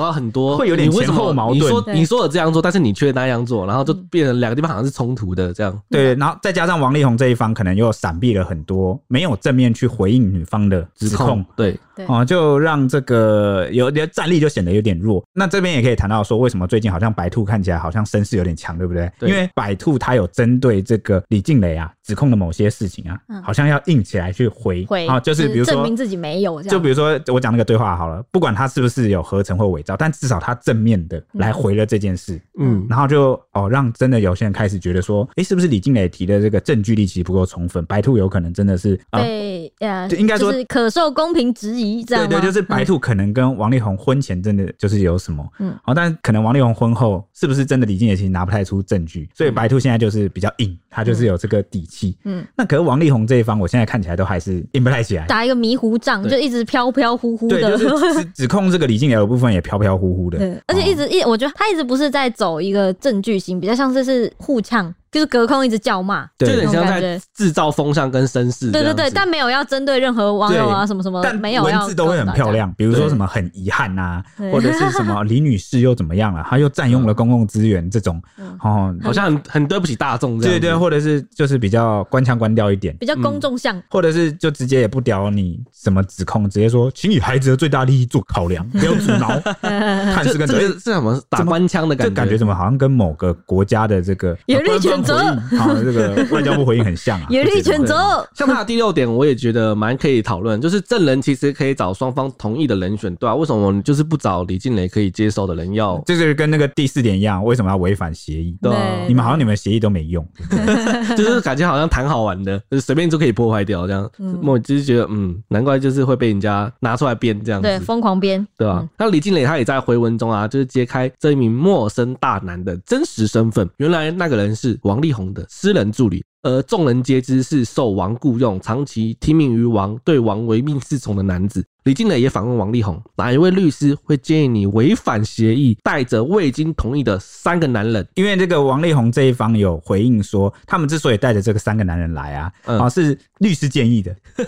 Speaker 2: 到很多
Speaker 3: 会有点
Speaker 2: 你为什
Speaker 3: 前后
Speaker 2: 么
Speaker 3: 矛
Speaker 2: 你
Speaker 3: 盾
Speaker 2: 说
Speaker 1: 对
Speaker 2: 你说的这样做，但是你却那样做，然后就
Speaker 1: 嗯
Speaker 2: 变成两个地方好像是冲突的这样。
Speaker 3: 对，然后再加上王力宏这一方可能又闪避了很多，没有正面去回应女方的指控，
Speaker 2: 对，
Speaker 1: 对
Speaker 3: 哦，就让这个有有战力就显得有点弱。那这边也可以谈到说，为什么最近好像白兔看起来好像声势有点强，对不对？
Speaker 2: 对
Speaker 3: 因为白兔他有针对这个李静蕾啊指控的某些事情啊，
Speaker 1: 嗯
Speaker 3: 好像要硬起来去回
Speaker 1: 会
Speaker 3: 啊、就是比如
Speaker 1: 证
Speaker 3: 说
Speaker 1: 明。自己啊没有这样，
Speaker 3: 就比如说，我讲那个对话好了，不管他是不是有合成或伪造，但至少他正面的
Speaker 1: 嗯
Speaker 3: 来回了这件事，
Speaker 2: 嗯，
Speaker 3: 然后就哦，让真的有些人开始觉得说，诶，是不是李静蕾提的这个证据力其实不够充分，白兔有可能真的是呃
Speaker 1: 被呃，
Speaker 3: 就应该说
Speaker 1: 就是可受公平质疑这样吗
Speaker 3: 对对，就是白兔可能跟王力宏婚前真的就是有什么，
Speaker 1: 嗯
Speaker 3: 嗯，好、但可能王力宏婚后是不是真的李静也其实拿不太出证据，所以白兔现在就是比较硬，他就是有这个底气。
Speaker 1: 嗯嗯
Speaker 3: 那可是王力宏这一方，我现在看起来都还是硬不太起来。
Speaker 1: 打一个迷糊仗，
Speaker 2: 对
Speaker 1: 就一直飘飘忽忽
Speaker 3: 对，
Speaker 1: 的。
Speaker 3: 就是 指指控这个李静瑶的部分也飘飘忽忽的，
Speaker 1: 对，而且一
Speaker 3: 哦
Speaker 1: 直一，我觉得他一直不是在走一个证据型，比较像是是互呛，就是隔空一直叫骂。
Speaker 2: 就有
Speaker 3: 对
Speaker 2: 点像
Speaker 1: 那种
Speaker 2: 在
Speaker 1: 感
Speaker 2: 制造风向跟声势这
Speaker 1: 对
Speaker 2: 样
Speaker 1: 对
Speaker 2: 子。
Speaker 1: 对，但没有要针对任何网友啊
Speaker 3: 对
Speaker 1: 什么什么，
Speaker 3: 但
Speaker 1: 没有要
Speaker 3: 文字都会很漂亮，比如说什么很遗憾呐、
Speaker 1: 对嗯
Speaker 3: 或者是什么李女士又怎么样了，她又占用了公共资源这种，哦，
Speaker 2: 好像很很对不起大众这样
Speaker 3: 对
Speaker 2: 子。
Speaker 3: 对，或者是就是比较官腔官调一点，
Speaker 1: 比较公众
Speaker 2: 嗯
Speaker 1: 向。
Speaker 3: 或者是就直接也不屌你什么指控，直接说，请以孩子的最大利益做考量，不要阻 挠探视
Speaker 2: 这这
Speaker 3: 跟责
Speaker 2: 个
Speaker 3: 任。
Speaker 2: 是什么打
Speaker 3: 怎么
Speaker 2: 官腔的感
Speaker 3: 这
Speaker 2: 觉？
Speaker 3: 感觉怎么好像跟某个国家的这个
Speaker 1: 有利
Speaker 3: 官
Speaker 1: 谴
Speaker 3: 方
Speaker 1: 责
Speaker 3: 回应好这个外交部回应很像啊，
Speaker 1: 有利
Speaker 3: 就这种
Speaker 1: 谴责，
Speaker 2: 像他的第六点，我也觉得蛮可以讨论，就是证人其实可以找双方同意的人选，对啊，为什么你就是不找李静蕾可以接受的人要？
Speaker 3: 这就是跟那个第四点一样，为什么要违反协议？
Speaker 2: 对
Speaker 1: 对
Speaker 2: 啊
Speaker 3: 你们好像你们协议都没用，
Speaker 2: 就是感觉好像谈好玩的，就是随便就可以破坏掉这样。
Speaker 1: 嗯
Speaker 2: 我就是觉得，嗯，难怪就是会被人家拿出来编这样子
Speaker 1: 对，，疯狂编。
Speaker 2: 对吧、
Speaker 1: 嗯
Speaker 2: 那李静蕾她也在回文中啊，就是揭开这一名陌生大男的真实身份，原来那个人是王力宏的私人助理。而众人皆知是受王雇佣，长期听命于王，对王唯命是从的男子。李静蕾也反问王力宏，哪一位律师会建议你违反协议，带着未经同意的三个男人？
Speaker 3: 因为这个王力宏这一方有回应说，他们之所以带着这个三个男人来啊，
Speaker 2: 嗯
Speaker 3: 啊是律师建议的。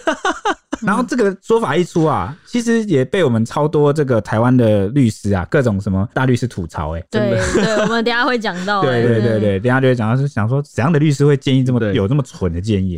Speaker 3: 然后这个说法一出啊，其实也被我们超多这个台湾的律师啊，各种什么大律师吐槽、欸，哎，
Speaker 1: 对哦对，我们等一下会讲到。
Speaker 3: 对对对对，等一下就会讲到是想说怎样的律师会建议这么
Speaker 2: 对
Speaker 3: 有这么蠢的建议、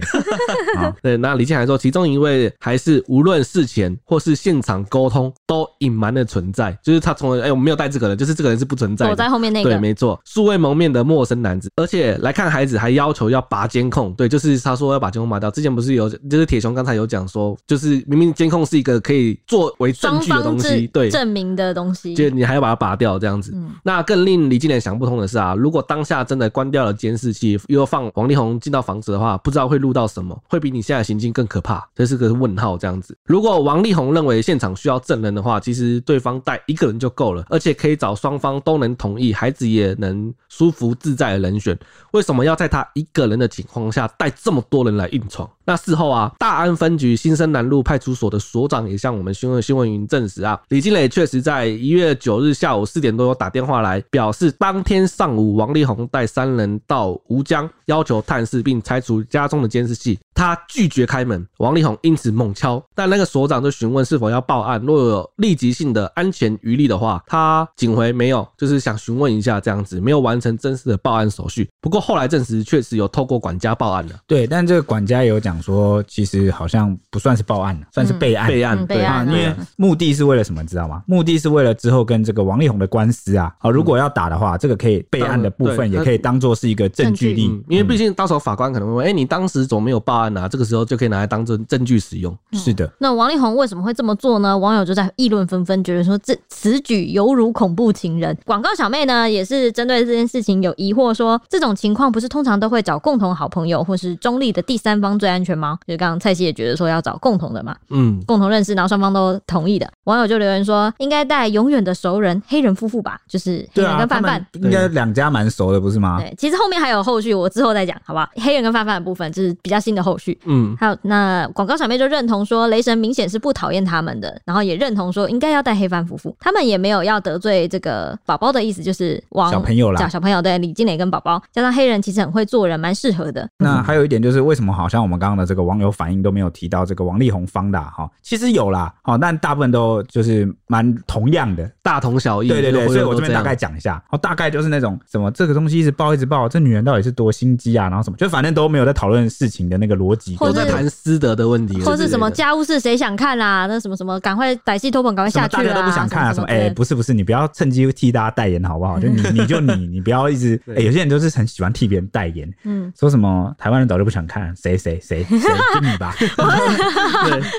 Speaker 3: 啊，
Speaker 2: 对，那李静还说，其中一位还是无论事前或是现场沟通都隐瞒的存在，就是他从来哎、我没有带这个人，就是这个人是不存在的，
Speaker 1: 躲在后面那
Speaker 2: 对，
Speaker 1: 个，
Speaker 2: 没错，素未谋面的陌生男子，而且来看孩子还要求要拔监控，对，就是他说要把监控拔掉。之前不是有，就是铁雄刚才有讲说，就是明明监控是一个可以作为
Speaker 1: 双
Speaker 2: 证据的
Speaker 1: 方
Speaker 2: 东
Speaker 1: 证
Speaker 2: 西，对，
Speaker 1: 证明的东西。
Speaker 2: 就你还要把它拔掉这样子。
Speaker 1: 嗯
Speaker 2: 那更令李金莲想不通的是啊，如果当下真的关掉了监视器，又放王力宏进到房子的话，不知道会录到什么，会比你现在的行径更可怕，这是个问号这样子。如果王力宏认为现场需要证人的话，其实对方带一个人就够了，而且可以找双方都能同意，孩子也能舒服自在的人选。为什么要在他一个人的情况下带这么多人来硬闯？那事后啊，大安分局新生南路派出所的所长也向我们新闻新闻云证实啊，李金磊确实在一月九日下午四点多有打电话来，表示当天上午王力宏带三人到吴江，要求探视并拆除家中的监视器，他拒绝开门，王力宏因此猛敲，但那个所长就询问是否要报案，若有立即性的安全余力的话，他警回没有，就是想询问一下这样子，没有完成正式的报案手续。不过后来证实确实有透过管家报案了，
Speaker 3: 对，但这个管家也有讲说，其实好像不算是报案了，算是备案。
Speaker 2: 备
Speaker 1: 嗯
Speaker 2: 案
Speaker 1: 备
Speaker 2: 对
Speaker 1: 案
Speaker 3: 啊，因
Speaker 1: 对
Speaker 3: 为目的是为了什么，你知道吗？目的是为了之后跟这个王力宏的官司啊，啊，如果要打的话，这个可以备案的部
Speaker 2: 当
Speaker 3: 分
Speaker 2: 然对
Speaker 3: 也可以当做是一个证据力
Speaker 2: 嗯，，因为毕竟到时候法官可能会问，哎、你当时怎么没有报案啊？这个时候就可以拿来当证证据使用。
Speaker 3: 嗯是的，
Speaker 1: 那王力宏为什么会这么做呢？网友就在议论纷纷，觉得说这此举犹如恐怖情人。广告小妹呢，也是针对这件事情有疑惑说，这种情况不是通常都会找共同好朋友或是中立的第三方最安全吗？就是刚刚蔡希也觉得说要找共同的嘛，
Speaker 2: 嗯，
Speaker 1: 共同认识，然后双方都同意的。网友就留言说，应该带永远的熟人黑人夫妇吧，就是黑
Speaker 3: 对
Speaker 1: 人
Speaker 3: 啊，
Speaker 1: 跟
Speaker 3: 他
Speaker 1: 范
Speaker 3: 们
Speaker 1: 范。
Speaker 3: 应该两家蛮熟的，不是吗？
Speaker 1: 对，其实后面还有后续，我之后再讲，好不好？黑人跟范范的部分就是比较新的后续。
Speaker 2: 嗯，
Speaker 1: 还有那广告小妹就认同说，雷神明显是不讨厌他们的，然后也认同说应该要带黑帆夫妇，他们也没有要得罪这个宝宝的意思，就是王
Speaker 3: 小朋友啦
Speaker 1: 小小朋友对李金磊跟宝宝，加上黑人其实很会做人，蛮适合的。
Speaker 3: 那还有一点就是，为什么好像我们刚刚的这个网友反应都没有提到这个王力宏方的啊哈、其实有啦，好、但大部分都就是蛮同样的，
Speaker 2: 大同小异。
Speaker 3: 对对对，
Speaker 2: 就
Speaker 3: 所
Speaker 2: 是
Speaker 3: 以我
Speaker 2: 都
Speaker 3: 这边大
Speaker 2: 样
Speaker 3: 概讲一下，哦，大概就是那种什么这个东西一直爆一直爆，这女人到底是多心机啊，然后什么，就反正都没有在讨论事情的那个逻辑
Speaker 1: 或
Speaker 2: 都
Speaker 1: 是
Speaker 2: 在谈师德的问题，
Speaker 1: 或是什么
Speaker 2: 我觉得
Speaker 1: 家务事谁想看啦、那什么什么，赶快逮戏托本，赶快
Speaker 3: 什
Speaker 1: 下
Speaker 3: 么
Speaker 1: 去啦
Speaker 3: 大！家都不想看啊，什么
Speaker 1: 之类
Speaker 3: 哎、
Speaker 1: 的
Speaker 3: 不是不是，你不要趁机替大家代言好不好？就你 你就你，你不要一 直哎、
Speaker 2: 对
Speaker 3: 有些人都是很喜欢替别人代言，
Speaker 1: 嗯，
Speaker 3: 说什么台湾人早就不想看谁谁谁谁，就你吧，
Speaker 2: 对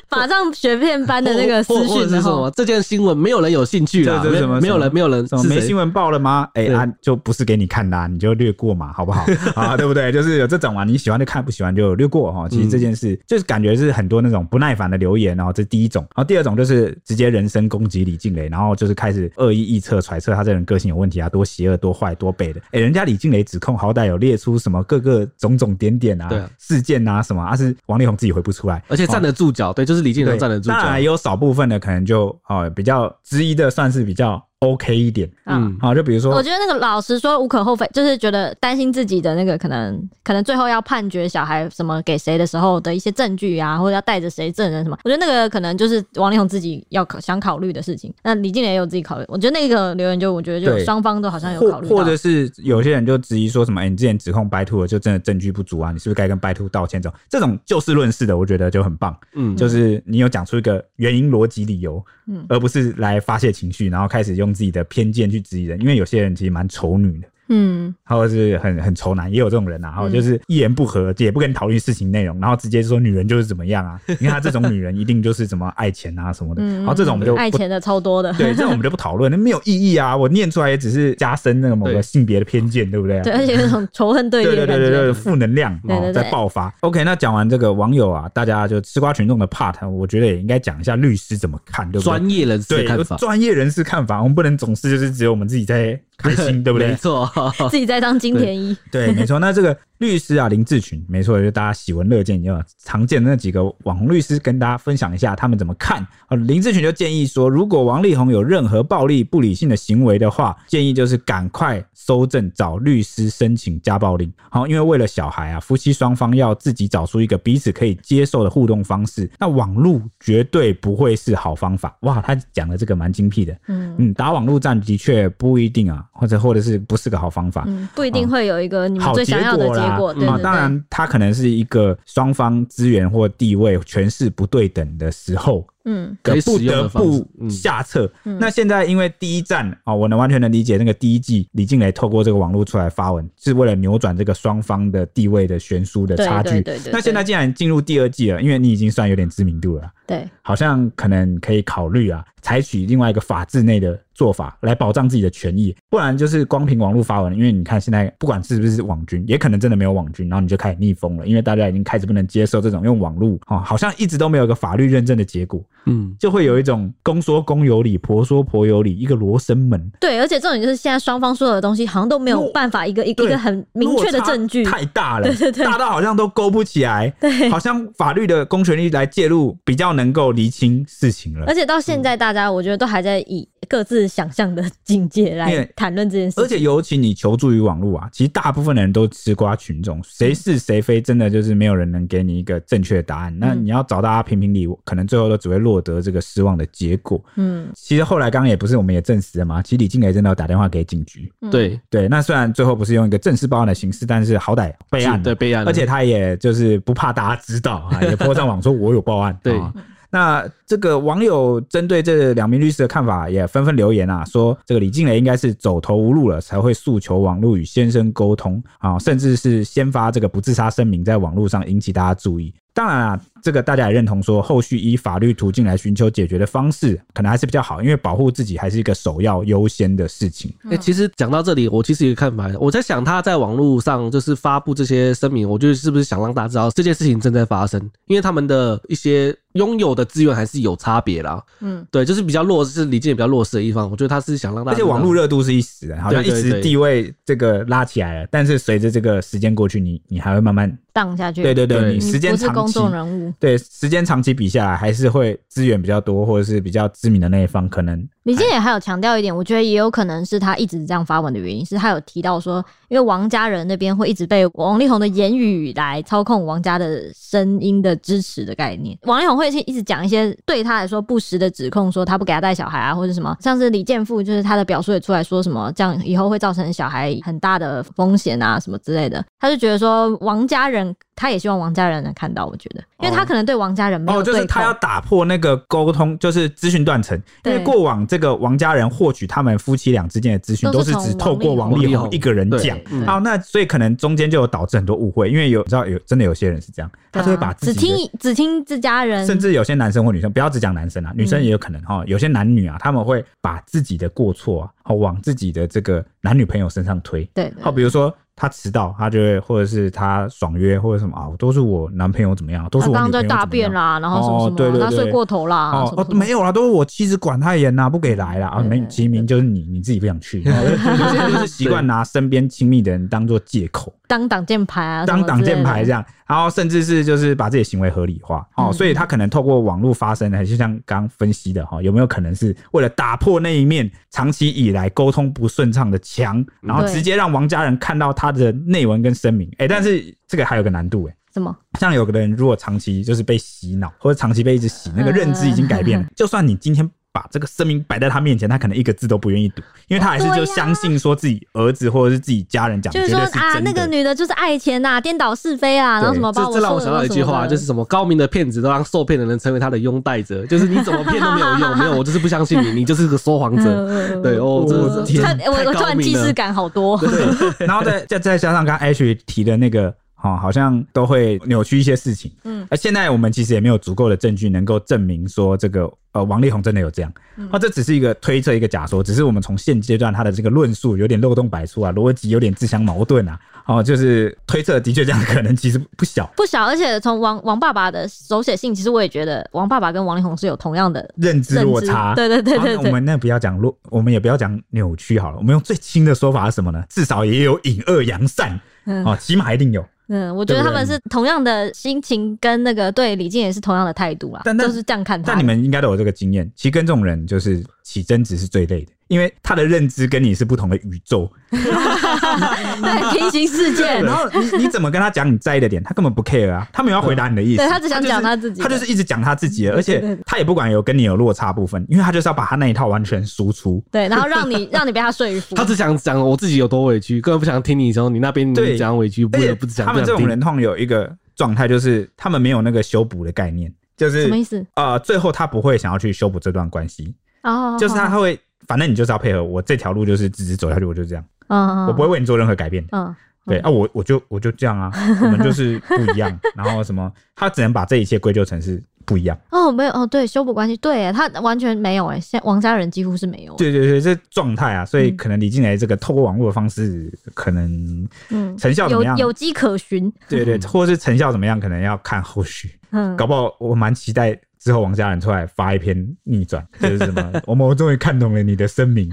Speaker 1: 法杖学片班的那个
Speaker 2: 或
Speaker 1: 私
Speaker 2: 或或
Speaker 1: 讯啊
Speaker 2: 者
Speaker 1: 然
Speaker 2: 是什
Speaker 1: 后
Speaker 2: 么这件新闻没有人有兴趣啦，
Speaker 3: 对对
Speaker 2: 没
Speaker 3: 什么
Speaker 2: 没有
Speaker 3: 什么
Speaker 2: 人没有人
Speaker 3: 什么
Speaker 2: 是
Speaker 3: 没
Speaker 2: 谁
Speaker 3: 新闻报了吗？哎、
Speaker 2: 对
Speaker 3: 啊，就不是给你看的、啊，你就略过嘛，好 不好？啊，对不对？就是有这种啊，你喜欢就看，不喜欢就略过
Speaker 2: 嗯
Speaker 3: 哈。其实这件事、就是感觉是很多那种不耐烦的留言，然哦后这是第一种，然后第二种就是直接人身攻击李静蕾，然后就是开始恶意臆测、揣测他这人个性有问题啊，多邪恶、多坏、多背的。哎、人家李静蕾指控好歹有列出什么各个种种点点啊、
Speaker 2: 对啊呃
Speaker 3: 事件啊什么，啊是王力宏自己回不出来，
Speaker 2: 而且站得住脚，对，就是李
Speaker 3: 对，
Speaker 2: 静能站得住
Speaker 3: 当然
Speaker 2: 脚
Speaker 3: 也，有少部分的可能就哦比较之一的算是比较 OK 一点。
Speaker 1: 嗯。
Speaker 2: 嗯，
Speaker 3: 好，就比如说，
Speaker 1: 我觉得那个老实说无可厚非，就是觉得担心自己的那个可能，可能最后要判决小孩什么给谁的时候的一些证据啊，或者要带着谁证人什么，我觉得那个可能就是王力宏自己要考想考虑的事情。那李静也有自己考虑，我觉得那个留言就我觉得就
Speaker 3: 对
Speaker 1: 双方都好像有
Speaker 3: 或
Speaker 1: 考虑到，
Speaker 3: 或者是有些人就质疑说什么，哎、你之前指控白兔了，就真的证据不足啊，你是不是该跟白兔道歉？这种这种就事论事的，我觉得就很棒，
Speaker 2: 嗯，
Speaker 3: 就是你有讲出一个原因、逻辑、理由，
Speaker 1: 嗯
Speaker 3: 而不是来发泄情绪，然后开始用自己的偏见去质疑人，因为有些人其实蛮丑女的。
Speaker 1: 嗯，
Speaker 3: 或者是很很仇男，也有这种人啊，然后
Speaker 1: 嗯
Speaker 3: 就是一言不合也不跟你讨论事情内容，然后直接说女人就是怎么样啊，你看他这种女人一定就是怎么爱钱啊什么的，
Speaker 1: 嗯
Speaker 3: 然后这种我们就
Speaker 1: 爱
Speaker 3: 不
Speaker 1: 钱的超多 的，
Speaker 3: 对，这种我们就不讨论，那没有意义啊！我念出来也只是加深那个某个
Speaker 2: 对
Speaker 3: 性别的偏见，对不对啊？
Speaker 1: 对，而且有一种仇恨对立
Speaker 3: 对
Speaker 1: 的
Speaker 3: 对
Speaker 1: 感
Speaker 3: 对
Speaker 1: 觉。
Speaker 3: 对对，负能量
Speaker 1: 对
Speaker 3: 哦
Speaker 1: 对对
Speaker 3: 在爆发。OK，那讲完这个网友啊，大家就吃瓜群众的 part，我觉得也应该讲一下律师怎么看，对不对？
Speaker 2: 专业人士的
Speaker 3: 对
Speaker 2: 看法，
Speaker 3: 专业人士看法，我们不能总是就是只有我们自己在开心，对不
Speaker 2: 没
Speaker 3: 对？
Speaker 2: 错，
Speaker 1: 自己在当金田一，
Speaker 3: 对，没错。那这个律师啊，林志群，没错，就是大家喜闻乐见，也有常见的那几个网红律师，跟大家分享一下他们怎么看。呃，林志群就建议说，如果王力宏有任何暴力、不理性的行为的话，建议就是赶快搜证，找律师申请家暴令。好，因为为了小孩啊，夫妻双方要自己找出一个彼此可以接受的互动方式。那网路绝对不会是好方法。哇，他讲的这个蛮精辟的。
Speaker 1: 嗯
Speaker 3: 嗯，打网路战的确不一定啊，或者或者是不是个好方法。
Speaker 1: 嗯，不一定会有一个你们
Speaker 3: 好
Speaker 1: 最
Speaker 3: 结
Speaker 1: 想要的
Speaker 3: 果
Speaker 1: 结
Speaker 3: 啦，
Speaker 1: 果，对
Speaker 3: 啊
Speaker 1: 对对，
Speaker 3: 当然，它可能是一个双方资源或地位权势不对等的时候，
Speaker 1: 嗯
Speaker 2: 可以使
Speaker 3: 不
Speaker 2: 用
Speaker 3: 得
Speaker 2: 的方式
Speaker 3: 不
Speaker 2: 嗯
Speaker 3: 下策。那现在因为第一站啊、哦，我能完全能理解那个第一季李静蕾透过这个网络出来发文，是为了扭转这个双方的地位的悬殊的差距。
Speaker 1: 对对对对对
Speaker 3: 那现在既然进入第二季了，因为你已经算有点知名度了。
Speaker 1: 对，
Speaker 3: 好像可能可以考虑啊，采取另外一个法制内的做法来保障自己的权益，不然就是光凭网络发文，因为你看现在不管是不是网军，也可能真的没有网军，然后你就开始逆风了，因为大家已经开始不能接受这种用网络哦，好像一直都没有一个法律认证的结果，
Speaker 2: 嗯，
Speaker 3: 就会有一种公说公有理，婆说婆有理，一个罗生门。
Speaker 1: 对，而且重点就是现在双方所有的东西好像都没有
Speaker 3: 落
Speaker 1: 办法一个一个
Speaker 3: 对
Speaker 1: 一个很明确的证据，
Speaker 3: 落差太大 了，大到好像都勾不起来，对，好像法律的公权力来介入比较能够厘清事情了
Speaker 1: 而。且到现
Speaker 3: 嗯
Speaker 1: 在大家我觉得都还在以各自想象的 境界
Speaker 3: 因
Speaker 1: 来
Speaker 3: 为
Speaker 1: 谈论这件
Speaker 3: 而
Speaker 1: 事情，
Speaker 3: 且尤其你求助于网络啊，其实大部分的人都吃瓜群众，谁是谁非，真的就是没有人能给你一个正确的答案。那
Speaker 1: 嗯
Speaker 3: 你要找大家评评理，可能最后都只会落得这个失望的结果。
Speaker 1: 嗯，
Speaker 3: 其实后来刚刚也不是我们也证实了嘛，其实李静蕾真的有打电话给警局，
Speaker 1: 嗯
Speaker 2: 对，
Speaker 3: 对，那虽然最后不是用一个正式报案的形式，但是好歹备案了，
Speaker 2: 对备案了
Speaker 3: 而且他也就是不怕大家知道啊，也泼上网说我有报案，
Speaker 2: 对
Speaker 3: 啊那这个网友针对这两名律师的看法也纷纷留言啊，说这个李静蕾应该是走投无路了，才会诉求网络与先生沟通啊，甚至是先发这个不自杀声明，在网络上引起大家注意。当然啊，这个大家也认同说，后续依法律途径来寻求解决的方式，可能还是比较好，因为保护自己还是一个首要优先的事情。
Speaker 2: 哎、其实讲到这里，我其实有一个看法，我在想他在网络上就是发布这些声明，我觉得是不是想让大家知道这件事情正在发生，因为他们的一些拥有的资源还是有差别啦。
Speaker 1: 嗯，
Speaker 2: 对，就是比较弱势，是李健比较弱势的一方，我觉得他是想让大
Speaker 3: 而
Speaker 2: 家
Speaker 3: 且
Speaker 2: 知道，
Speaker 3: 网络热度是一时的，好像一
Speaker 2: 对对
Speaker 3: 时
Speaker 2: 对
Speaker 3: 地位这个拉起来了，但是随着这个时间过去，你你还会慢慢，
Speaker 1: 荡下去，
Speaker 3: 对对
Speaker 2: 对
Speaker 3: 对，你
Speaker 1: 你
Speaker 3: 时间
Speaker 1: 不是
Speaker 3: 长
Speaker 1: 公
Speaker 3: 期，
Speaker 1: 众人物，
Speaker 3: 对时间长期比下来，还是会资源比较多，或者是比较知名的那一方，可能
Speaker 1: 李健也还有强调一点，我觉得也有可能是他一直这样发文的原因，是他有提到说，因为王家人那边会一直被王力宏的言语来操控王家的声音的支持的概念，王力宏会一直讲一些对他来说不实的指控，说他不给他带小孩啊，或者什么，像是李健富就是他的表述也出来说什么，这样以后会造成小孩很大的风险啊，什么之类的，他就觉得说王家人。他也希望王家人能看到，我觉得，因为他可能对王家人没有
Speaker 3: 哦，就
Speaker 1: 对
Speaker 3: 是
Speaker 1: 口
Speaker 3: 他，要打破那个沟通，就是资讯断层，因
Speaker 1: 对
Speaker 3: 为过往这个王家人获取他们夫妻俩之间的资讯，
Speaker 1: 都
Speaker 3: 都
Speaker 1: 是
Speaker 3: 是只透过
Speaker 1: 从王
Speaker 3: 王
Speaker 2: 力宏
Speaker 3: 力宏一个人讲
Speaker 1: 对。
Speaker 2: 嗯
Speaker 3: 好，那所以可能中间就有导致很多误会，因为有你知道有真的有些人是这样，
Speaker 1: 对
Speaker 3: 他
Speaker 1: 啊
Speaker 3: 就会把自
Speaker 1: 只
Speaker 3: 己的
Speaker 1: 听只听自家人，
Speaker 3: 甚至有些男生或女生，不要只讲男生
Speaker 1: 嗯
Speaker 3: 啊，女生也有可能哈、有些男女啊，他们会把自己的过错啊，哦往自己的这个男女朋友身上推。哦
Speaker 1: 对对
Speaker 3: 好，比如说他迟到，他就会，或者是他爽约，或者什么啊，都是我男朋友怎么样，都
Speaker 1: 他
Speaker 3: 是我
Speaker 1: 啊刚
Speaker 3: 女
Speaker 1: 刚
Speaker 3: 朋
Speaker 1: 在
Speaker 3: 友
Speaker 1: 大
Speaker 3: 怎么
Speaker 1: 便
Speaker 3: 样。
Speaker 1: 啦，然后什
Speaker 3: 哦
Speaker 1: 么什
Speaker 3: 对
Speaker 1: 么，
Speaker 3: 对
Speaker 1: 他睡
Speaker 3: 对
Speaker 1: 过头啦，
Speaker 3: 哦
Speaker 1: 什么
Speaker 3: 哦
Speaker 1: 什，么
Speaker 3: 没有啦，都是我妻子管太严啦，不给来啦啊，
Speaker 1: 对
Speaker 3: 没
Speaker 1: 对，
Speaker 3: 其实明就是你你自己不 想去，哦有些人就是习惯拿身边亲密的人当做借口，
Speaker 1: 当挡箭牌啊，
Speaker 3: 当挡箭牌这
Speaker 1: 样。
Speaker 3: 样，然后甚至是就是把自己的行为合理化哦，
Speaker 1: 嗯
Speaker 3: 所以他可能透过网络发生的，就像刚分析的哈、哦，有没有可能是为了打破那一面长期以来沟通不顺畅的墙，然后
Speaker 1: 嗯对
Speaker 3: 直接让王家人看到他的内文跟声明？哎、但是这个还有个难度哎、
Speaker 1: 什么？
Speaker 3: 像有个人如果长期就是被洗脑，或者长期被一直洗，那个认知已经改变
Speaker 1: 嗯
Speaker 3: 了。就算你今天把这个声明摆在他面前，他可能一个字都不愿意读，因为他还是
Speaker 1: 哦对
Speaker 3: 就
Speaker 1: 呀
Speaker 3: 相信说自己儿子或者是自己家人讲，
Speaker 1: 就是
Speaker 3: 绝
Speaker 1: 说
Speaker 3: 对是
Speaker 1: 啊，
Speaker 3: 真
Speaker 1: 那个
Speaker 3: 的。
Speaker 1: 女的就是爱钱呐、颠倒是非啊，然后什么把
Speaker 2: 这
Speaker 1: 我
Speaker 2: 这让我想到一句话，就是是什么高明的骗子都让受骗的人成为他的拥戴者，就是你怎么骗都没有 用，没有我就是不相信你，你就是个说
Speaker 1: 嗯
Speaker 2: 谎者。对哦，这
Speaker 3: 我的
Speaker 2: 这
Speaker 3: 天
Speaker 1: 他我
Speaker 2: 太
Speaker 1: 我突
Speaker 2: 高
Speaker 1: 然既
Speaker 2: 明
Speaker 1: 视
Speaker 2: 了。
Speaker 1: 感好多。
Speaker 3: 对， 然后再再再加上刚刚 H 提的那个。哦，好像都会扭曲一些事情。
Speaker 1: 嗯
Speaker 3: 嗯，而现在我们其实也没有足够的证据能够证明说这个呃王力宏真的有这样。
Speaker 1: 嗯
Speaker 3: 那、这只是一个推测，一个假说，只是我们从现阶段他的这个论述有点漏洞百出啊，逻辑有点自相矛盾啊。哦，就是推测的确这样的可能其实不小。
Speaker 1: 不小，而且从王王爸爸的手写信，其实我也觉得王爸爸跟王力宏是有同样的
Speaker 3: 认知
Speaker 1: 认
Speaker 3: 落
Speaker 1: 知
Speaker 3: 差，
Speaker 1: 对对对
Speaker 3: 好
Speaker 1: 对
Speaker 3: 啊那我
Speaker 1: 对，
Speaker 3: 们那不要讲落，我们也不要讲扭曲好了，我们用最轻的说法是什么呢？至少也有引恶扬善，
Speaker 1: 嗯
Speaker 3: 哦，起码一定有。
Speaker 1: 嗯，我觉得
Speaker 3: 对
Speaker 1: 他
Speaker 3: 不
Speaker 1: 们
Speaker 3: 对
Speaker 1: 是同样的心情，跟那个对李静也是同样的态度啦，啊
Speaker 3: 但但
Speaker 1: 就是这样看他
Speaker 3: 但你。们应该都有这个经验，其实跟这种人就是起争执是最累的，因为他的认知跟你是不同的宇宙。
Speaker 1: 对平行世 界，
Speaker 3: 然后你你怎么跟他讲你在意的点，他根本不 care 啊，他没有要回答你的意思。
Speaker 1: 对他只想
Speaker 3: 就是
Speaker 1: 讲他自己的
Speaker 3: 他就是一直讲他自己的，
Speaker 1: 对
Speaker 3: 而
Speaker 1: 对
Speaker 3: 且他也不管有跟你有落差部分，因为他就是要把他那一套完全输出。
Speaker 1: 对，然后让你让你被他说服
Speaker 2: 他，只想讲我自己有多委屈，根本不想听你从你那边
Speaker 3: 对
Speaker 2: 讲委屈，不
Speaker 3: 而且
Speaker 2: 不讲
Speaker 3: 他
Speaker 2: 不
Speaker 3: 们这
Speaker 2: 想
Speaker 3: 种
Speaker 2: 听
Speaker 3: 人。通常有一个状态，就是他们没有那个修补的概念，就
Speaker 1: 什么意
Speaker 3: 是
Speaker 1: 思？
Speaker 3: 呃，最后他不会想要去修补这段关系，
Speaker 1: 哦，
Speaker 3: 就是他
Speaker 1: 好，
Speaker 3: 他会，反正你就是要配合我这条路，就是直直走下去，我就这样，
Speaker 1: 嗯，
Speaker 3: 我不
Speaker 1: 会，
Speaker 3: 会为你做任何改变的。
Speaker 1: 嗯，
Speaker 3: 对啊，我我就我就这样啊，我们 就是不一样。然后什么，他只能把这一切归咎成是不一样。
Speaker 1: 哦，没有，哦，对，修补关系，对耶，他完全没有，哎，现在王家人几乎是没有，
Speaker 3: 对对对，这状态啊，所以
Speaker 1: 嗯
Speaker 3: 可能李静蕾这个透过网络的方式，可能
Speaker 1: 嗯，
Speaker 3: 成效怎
Speaker 1: 有
Speaker 3: 么样？
Speaker 1: 有迹可循，
Speaker 3: 对对，或者是成效怎么样，可能要看后续。
Speaker 1: 嗯，
Speaker 3: 搞不好我蛮期待之后王家人出来发一篇逆转，就是 什么，我们我终于看懂了你的声明。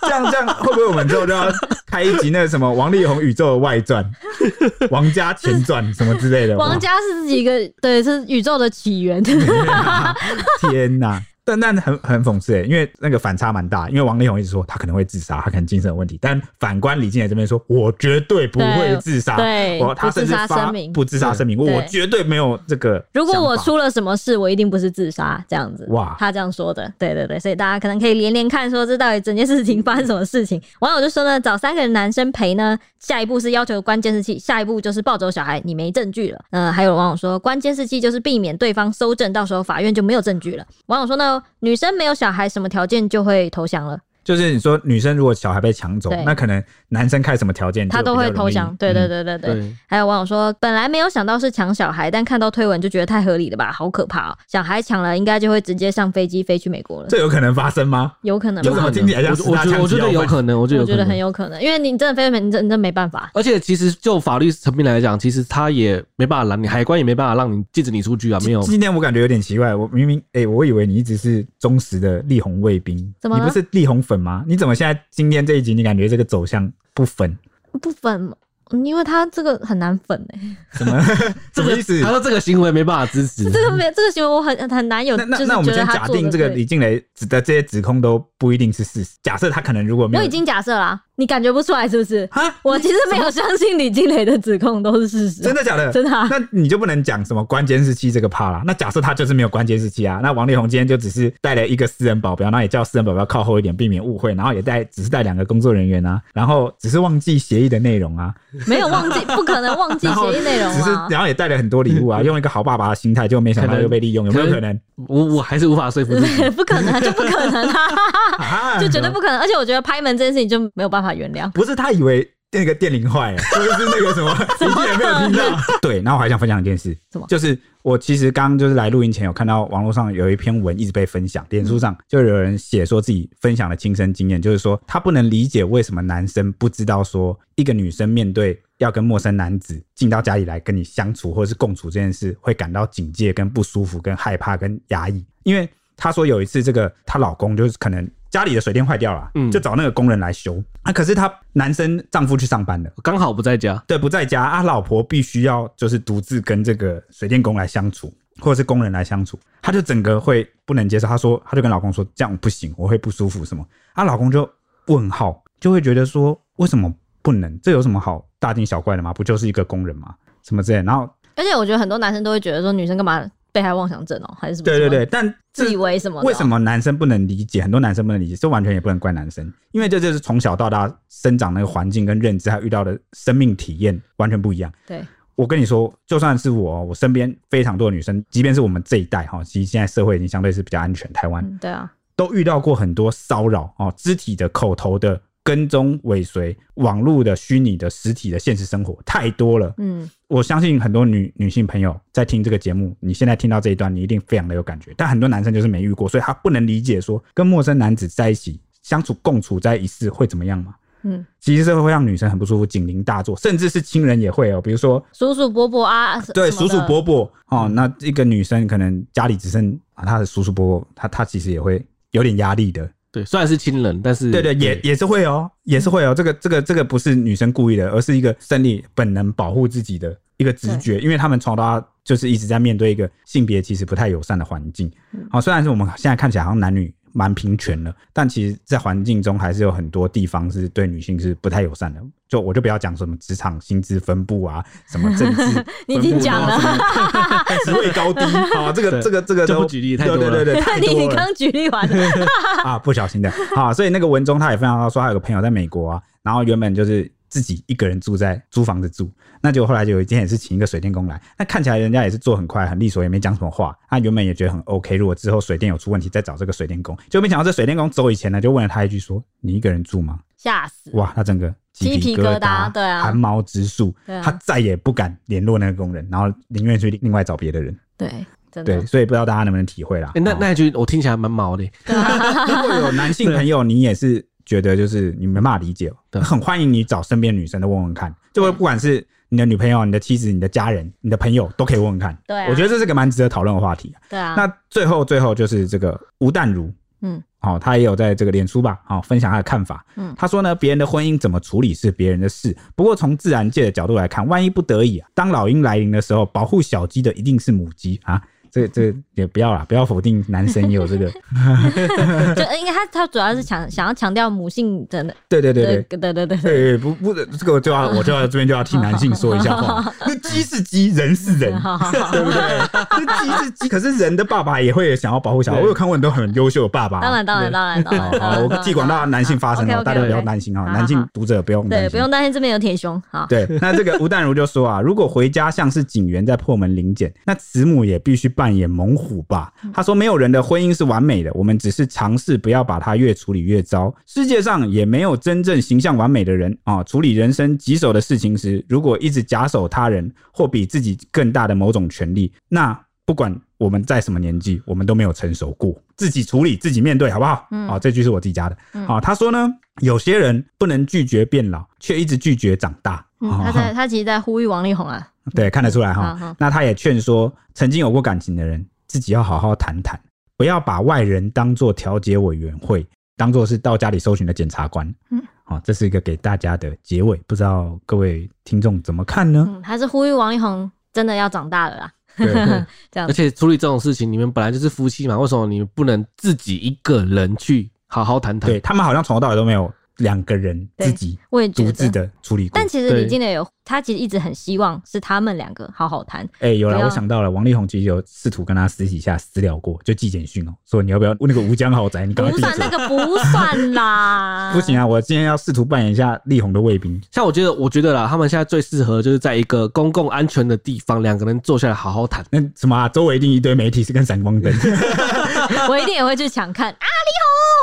Speaker 3: 这样这样会不会我们之后就要开一集那个什么王力宏宇宙的外 传、王家前传什么之类的？
Speaker 1: 王
Speaker 3: 哇
Speaker 1: 家是自己一个，对，是宇宙的起 源，
Speaker 3: 天呐！ 但但很很讽刺诶、欸因为那个反差蛮大。因为王力宏一直说他可能会自杀，他可能精神有问题，但反观李静蕾这边说，我绝对不会
Speaker 1: 对
Speaker 3: 自杀。
Speaker 1: 对
Speaker 3: 啊我他
Speaker 1: 不自
Speaker 3: 甚至
Speaker 1: 杀
Speaker 3: 发
Speaker 1: 声明
Speaker 3: 不自杀声明，
Speaker 1: 对
Speaker 3: 我绝对没有这个想法。
Speaker 1: 如果我出了什么事，我一定不是自杀这样子。哇
Speaker 3: 哇，
Speaker 1: 他这样说的，对对对，所以大家可能可以连连看，说这到底整件事情发生什么事情。网友就说呢，找三个男生陪呢，下一步是要求关监视器，下一步就是抱走小孩，你没证据了。嗯、还有网友说，关监视器就是避免对方搜证，到时候法院就没有证据了。网友说呢，女生没有小孩，什么条件就会投降了，
Speaker 3: 就是你说女生如果小孩被抢走
Speaker 1: 对，
Speaker 3: 那可能男生开什么条件
Speaker 1: 他都会投降。对对
Speaker 3: 对。
Speaker 1: 对对对。
Speaker 2: 对，
Speaker 1: 还有网友说，本来没有想到是抢小孩，但看到推文就觉得太合理了吧，好可怕哦！小孩抢了，应该就会直接上飞机飞去美国了，
Speaker 3: 这有可能发生吗？
Speaker 1: 有可能
Speaker 3: 有
Speaker 1: 吗
Speaker 3: 怎？么
Speaker 2: 可能
Speaker 3: 听起来像
Speaker 2: 我
Speaker 3: 十
Speaker 2: 我
Speaker 3: 大
Speaker 2: 觉得
Speaker 3: 枪
Speaker 2: 我觉得
Speaker 3: 击要
Speaker 2: 有
Speaker 3: 犯
Speaker 2: 可能，我觉
Speaker 1: 我
Speaker 2: 得有
Speaker 1: 觉
Speaker 2: 可
Speaker 1: 得
Speaker 2: 能
Speaker 1: 很。有可能，因为你真的飞去美，你真你真没办法。
Speaker 2: 而且其实就法律层面来讲，其实他也没办法拦你，海关也没办法让你禁止你出去啊，没有。
Speaker 3: 今天我感觉有点奇怪，我明明哎、我以为你一直是忠实的力宏卫兵，
Speaker 1: 怎么
Speaker 3: 你不是力宏粉吗？你怎么现在今天这一集你感觉这个走向不粉？
Speaker 1: 不粉嘛，嗯因为他这个很难粉 哎、
Speaker 3: 什么意思？
Speaker 2: 他说这个行为没办法支持，
Speaker 1: 这个没有这个行为，我很很难有
Speaker 3: 那
Speaker 1: 就
Speaker 3: 那
Speaker 1: 是
Speaker 3: 那我
Speaker 1: 觉得
Speaker 3: 们先
Speaker 1: 他
Speaker 3: 假
Speaker 1: 做
Speaker 3: 定
Speaker 1: 的
Speaker 3: 这个
Speaker 1: 对
Speaker 3: 李静蕾指的这些指控都不一定是事实。假设他可能如果没
Speaker 1: 我
Speaker 3: 有
Speaker 1: 已经假设啦，你感觉不出来是不是？
Speaker 3: 啊，
Speaker 1: 我其实没有相信李金磊的指控都是事实，
Speaker 3: 真的假的？
Speaker 1: 真的啊
Speaker 3: 那你就不能讲什么关监视器这个怕啦。那假设他就是没有关监视器啊，那王力宏今天就只是带了一个私人保镖，那也叫私人保镖靠后一点，避免误会，然后也带只是带两个工作人员啊，然后只是忘记协议的内容啊，
Speaker 1: 没有忘记，不可能忘记
Speaker 3: 然后
Speaker 1: 协议内容
Speaker 3: 只是
Speaker 1: 啊。
Speaker 3: 然后也带了很多礼 物啊，用一个好爸爸的心态，就没想
Speaker 2: 可
Speaker 3: 到
Speaker 2: 能
Speaker 3: 又被利用，有没有可能？
Speaker 2: 我我还是无法说服自己。
Speaker 1: 不可能，就不可能啊，
Speaker 3: 啊
Speaker 1: 就绝对不可能。而且我觉得拍门这件事情就没有办法原谅。
Speaker 3: 不是他以为那个电铃坏了，或者是那个什么，你竟然没有听到。对，然后我还想分享一件事，
Speaker 1: 什么
Speaker 3: 就是我其实刚就是来录音前有看到网络上有一篇文一直被分享，脸书上就有人写说自己分享的亲身经验，就是说他不能理解为什么男生不知道说一个女生面对。要跟陌生男子进到家里来跟你相处或者是共处这件事，会感到警戒、跟不舒服、跟害怕、跟压抑。因为她说有一次，这个她老公就是可能家里的水电坏掉了，
Speaker 2: 嗯
Speaker 3: 就找那个工人来修。啊，可是她男生丈夫去上班了，
Speaker 2: 刚好不在家，
Speaker 3: 对，不在家啊，老婆必须要就是独自跟这个水电工来相处，或者是工人来相处，她就整个会不能接受。她说，她就跟老公说，这样不行，我会不舒服什么。啊，老公就问号，就会觉得说，为什么不能？这有什么好大惊小怪的吗？不就是一个工人吗？什么之类的。然后，
Speaker 1: 而且我觉得很多男生都会觉得说，女生干嘛被害妄想症哦、还是什么？
Speaker 3: 对对，对，但这
Speaker 1: 自以为什么的哦？
Speaker 3: 为什么男生不能理解？很多男生不能理解，这完全也不能怪男生，因为这就是从小到大生长那个环境跟认知，还有遇到的生命体验完全不一样。
Speaker 1: 对，
Speaker 3: 我跟你说，就算是我，我身边非常多的女生，即便是我们这一代哈，其实现在社会已经相对是比较安全，台湾
Speaker 1: 嗯，对啊，
Speaker 3: 都遇到过很多骚扰哦，肢体的、口头的、跟踪、尾随、网络的、虚拟的、实体的、现实生活太多了。
Speaker 1: 嗯，
Speaker 3: 我相信很多女女性朋友在听这个节目，你现在听到这一段，你一定非常的有感觉。但很多男生就是没遇过，所以他不能理解说跟陌生男子在一起相处共处在一室会怎么样嘛？
Speaker 1: 嗯，
Speaker 3: 其实这会让女生很不舒服，警铃大作，甚至是亲人也会哦。比如说，
Speaker 1: 叔叔伯伯啊，
Speaker 3: 对
Speaker 1: 什么
Speaker 3: 叔
Speaker 1: 的，
Speaker 3: 叔伯伯哦，那一个女生可能家里只剩啊她的叔叔伯伯，她她其实也会有点压力的。
Speaker 2: 对，虽然是亲人，但是
Speaker 3: 对对，也也是会哦，也是会哦。这个这个这个不是女生故意的，而是一个生理本能保护自己的一个直觉，因为他们从小到大就是一直在面对一个性别其实不太友善的环境。好、虽然是我们现在看起来好像男女蛮平权了，但其实，在环境中还是有很多地方是对女性是不太友善的。就我就不要讲什么职场薪资分布啊，什么政治
Speaker 1: 你已经讲了，
Speaker 3: 职 位高低啊，这个
Speaker 2: 对
Speaker 3: 这个这个
Speaker 2: 就
Speaker 3: 都
Speaker 2: 不举例太多
Speaker 3: 对对对对，太
Speaker 1: 你
Speaker 3: 多
Speaker 1: 你
Speaker 3: 了。
Speaker 1: 刚举例完，
Speaker 3: 啊，不小心的啊，所以那个文中他也分享到说，他有个朋友在美国啊，然后原本就是自己一个人住在租房子住，那就后来就有一天也是请一个水电工来，那看起来人家也是做很快很利索，也没讲什么话，他原本也觉得很 OK，如果之后水电有出问题再找这个水电工，就没想到这水电工走以前呢，就问了他一句说：“你一个人住吗
Speaker 1: 吓死？”！
Speaker 3: 哇，他整个。
Speaker 1: 鸡皮
Speaker 3: 皮
Speaker 1: 疙
Speaker 3: 疙
Speaker 1: 瘩对啊
Speaker 3: 汗毛直竖
Speaker 1: 对啊，
Speaker 3: 他再也不敢联络那个工人，然后宁愿去另外找别的人。
Speaker 1: 对，真的
Speaker 3: 对，，所以不知道大家能不能体会啦。
Speaker 2: 欸那
Speaker 3: 哦
Speaker 2: 那一句我听起来蛮毛的，
Speaker 1: 嗯
Speaker 3: 如果有男性朋友，你也是觉得就是你没办法理解，哦
Speaker 2: 对
Speaker 3: 很欢迎你找身边女生的问问看，就不管是你的女朋友、你的妻子、你的家人、你的朋友，都可以问问看。
Speaker 1: 对啊
Speaker 3: 我觉得这是个蛮值得讨论的话题啊。
Speaker 1: 对啊，
Speaker 3: 那最后最后就是这个吴淡如，
Speaker 1: 嗯，
Speaker 3: 好、他也有在这个脸书吧，好、分享他的看法。
Speaker 1: 嗯
Speaker 3: 他说呢，别人的婚姻怎么处理是别人的事，不过从自然界的角度来看，万一不得已啊，当老鹰来临的时候，保护小鸡的一定是母鸡啊。这这
Speaker 1: 嗯
Speaker 3: 也不要啦，不要否定男生也 有这个，
Speaker 1: 就应该他他主要是强想要强调母性的那
Speaker 3: 对对对对哎
Speaker 1: 的，对对对对，
Speaker 3: 对，不不，这个我就要我就要这边就要替男性说一下 话，那鸡是鸡，人是人，
Speaker 1: 好好好，
Speaker 3: 对不对？那鸡是鸡，可是人的爸爸也会想要保护小孩。我有看过很多很优秀的爸爸啊，
Speaker 1: 当然当然
Speaker 3: 对哦
Speaker 1: 当然 当
Speaker 3: 好
Speaker 1: 然，
Speaker 3: 好， 我替广大男性发声哦，大家不要担心哦，男性读者不用担
Speaker 1: 对，
Speaker 3: 心，
Speaker 1: 不用担心这边有铁胸，好，
Speaker 3: 对，那这个吴淡如就说啊，如果回家像是警员在破门临检，那慈母也必须扮演猛虎吧？
Speaker 1: 嗯
Speaker 3: 他说，没有人的婚姻是完美的，我们只是尝试不要把它越处理越糟。世界上也没有真正形象完美的人啊、处理人生棘手的事情时，如果一直假手他人或比自己更大的某种权利，那不管我们在什么年纪，我们都没有成熟过，自己处理自己面对，好不好？
Speaker 1: 嗯
Speaker 3: 啊、这句是我自己加的。
Speaker 1: 嗯
Speaker 3: 啊，他说呢，有些人不能拒绝变老，却一直拒绝长大。
Speaker 1: 嗯，
Speaker 3: 啊
Speaker 1: 他在他其实在呼吁王力宏啊，
Speaker 3: 对，看得出来
Speaker 1: 嗯
Speaker 3: 哈
Speaker 1: 嗯。
Speaker 3: 那他也劝说，曾经有过感情的人，自己要好好谈谈，不要把外人当做调解委员会，当做是到家里搜寻的检察官。
Speaker 1: 嗯
Speaker 3: 嗯，好，这是一个给大家的结尾，不知道各位听众怎么看呢？
Speaker 1: 嗯，他是呼吁王力宏真的要长大了啦，
Speaker 3: 对，
Speaker 1: 这样
Speaker 2: 而
Speaker 1: 子，
Speaker 2: 且处理这种事情，你们本来就是夫妻嘛，为什么你们不能自己一个人去好好谈 谈。
Speaker 3: 对他们好像从头到尾都没有两个人
Speaker 1: 对
Speaker 3: 自己
Speaker 1: 我也觉
Speaker 3: 独自
Speaker 1: 得。
Speaker 3: 的处理过
Speaker 1: 但。其实
Speaker 2: 对
Speaker 1: 李金磊有，他其实一直很希望是他们两个好好谈，
Speaker 3: 哎、有
Speaker 1: 不
Speaker 3: 了，
Speaker 1: 要
Speaker 3: 我想到了，王力宏其实有试图跟他私底下私聊过，就寄简讯哦、说你要不要那个吴江豪宅，你 赶快
Speaker 1: 不
Speaker 3: 闭
Speaker 1: 算
Speaker 3: 嘴
Speaker 1: 那。个不算啦，
Speaker 3: 不行啊，我今天要试图扮演一下力宏的卫兵。
Speaker 2: 像我觉得，我觉得啦，他们现在最适合就是在一个公共安全的地方，两个人坐下来好好谈。
Speaker 3: 那什么啊，周围一定一堆媒体是跟闪 光灯。
Speaker 1: 我一定也会去抢看啊！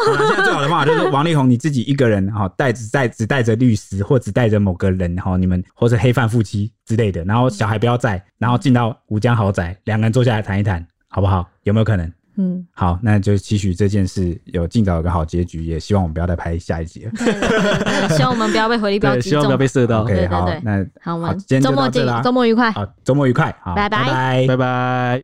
Speaker 3: 好啦现在最好的方法就是王力宏你自己一个人哈，带只带只带着律师或只带着某个人哈，你们或者黑范夫妻之类的，然后小孩不要在，然后进到吴江豪宅，两个人坐下来谈一谈，好不好？有没有可能？
Speaker 1: 嗯，
Speaker 3: 好，那就期许这件事有尽早有个好结局，也希望我们不要再拍下一集了。
Speaker 1: 对对对对希望我们不要被回力镖
Speaker 2: 对，
Speaker 1: 击
Speaker 2: 希
Speaker 1: 中
Speaker 2: 望不。要被射到。
Speaker 1: 对对
Speaker 3: OK，好
Speaker 1: 对，
Speaker 3: 那
Speaker 1: 好，我
Speaker 3: 好
Speaker 1: 们
Speaker 3: 今天就
Speaker 1: 周末
Speaker 3: 到这
Speaker 1: 见
Speaker 3: 啦，
Speaker 1: 啊周末愉快。
Speaker 3: 好，周末愉快，好，
Speaker 1: 拜拜
Speaker 3: 拜
Speaker 2: 拜拜。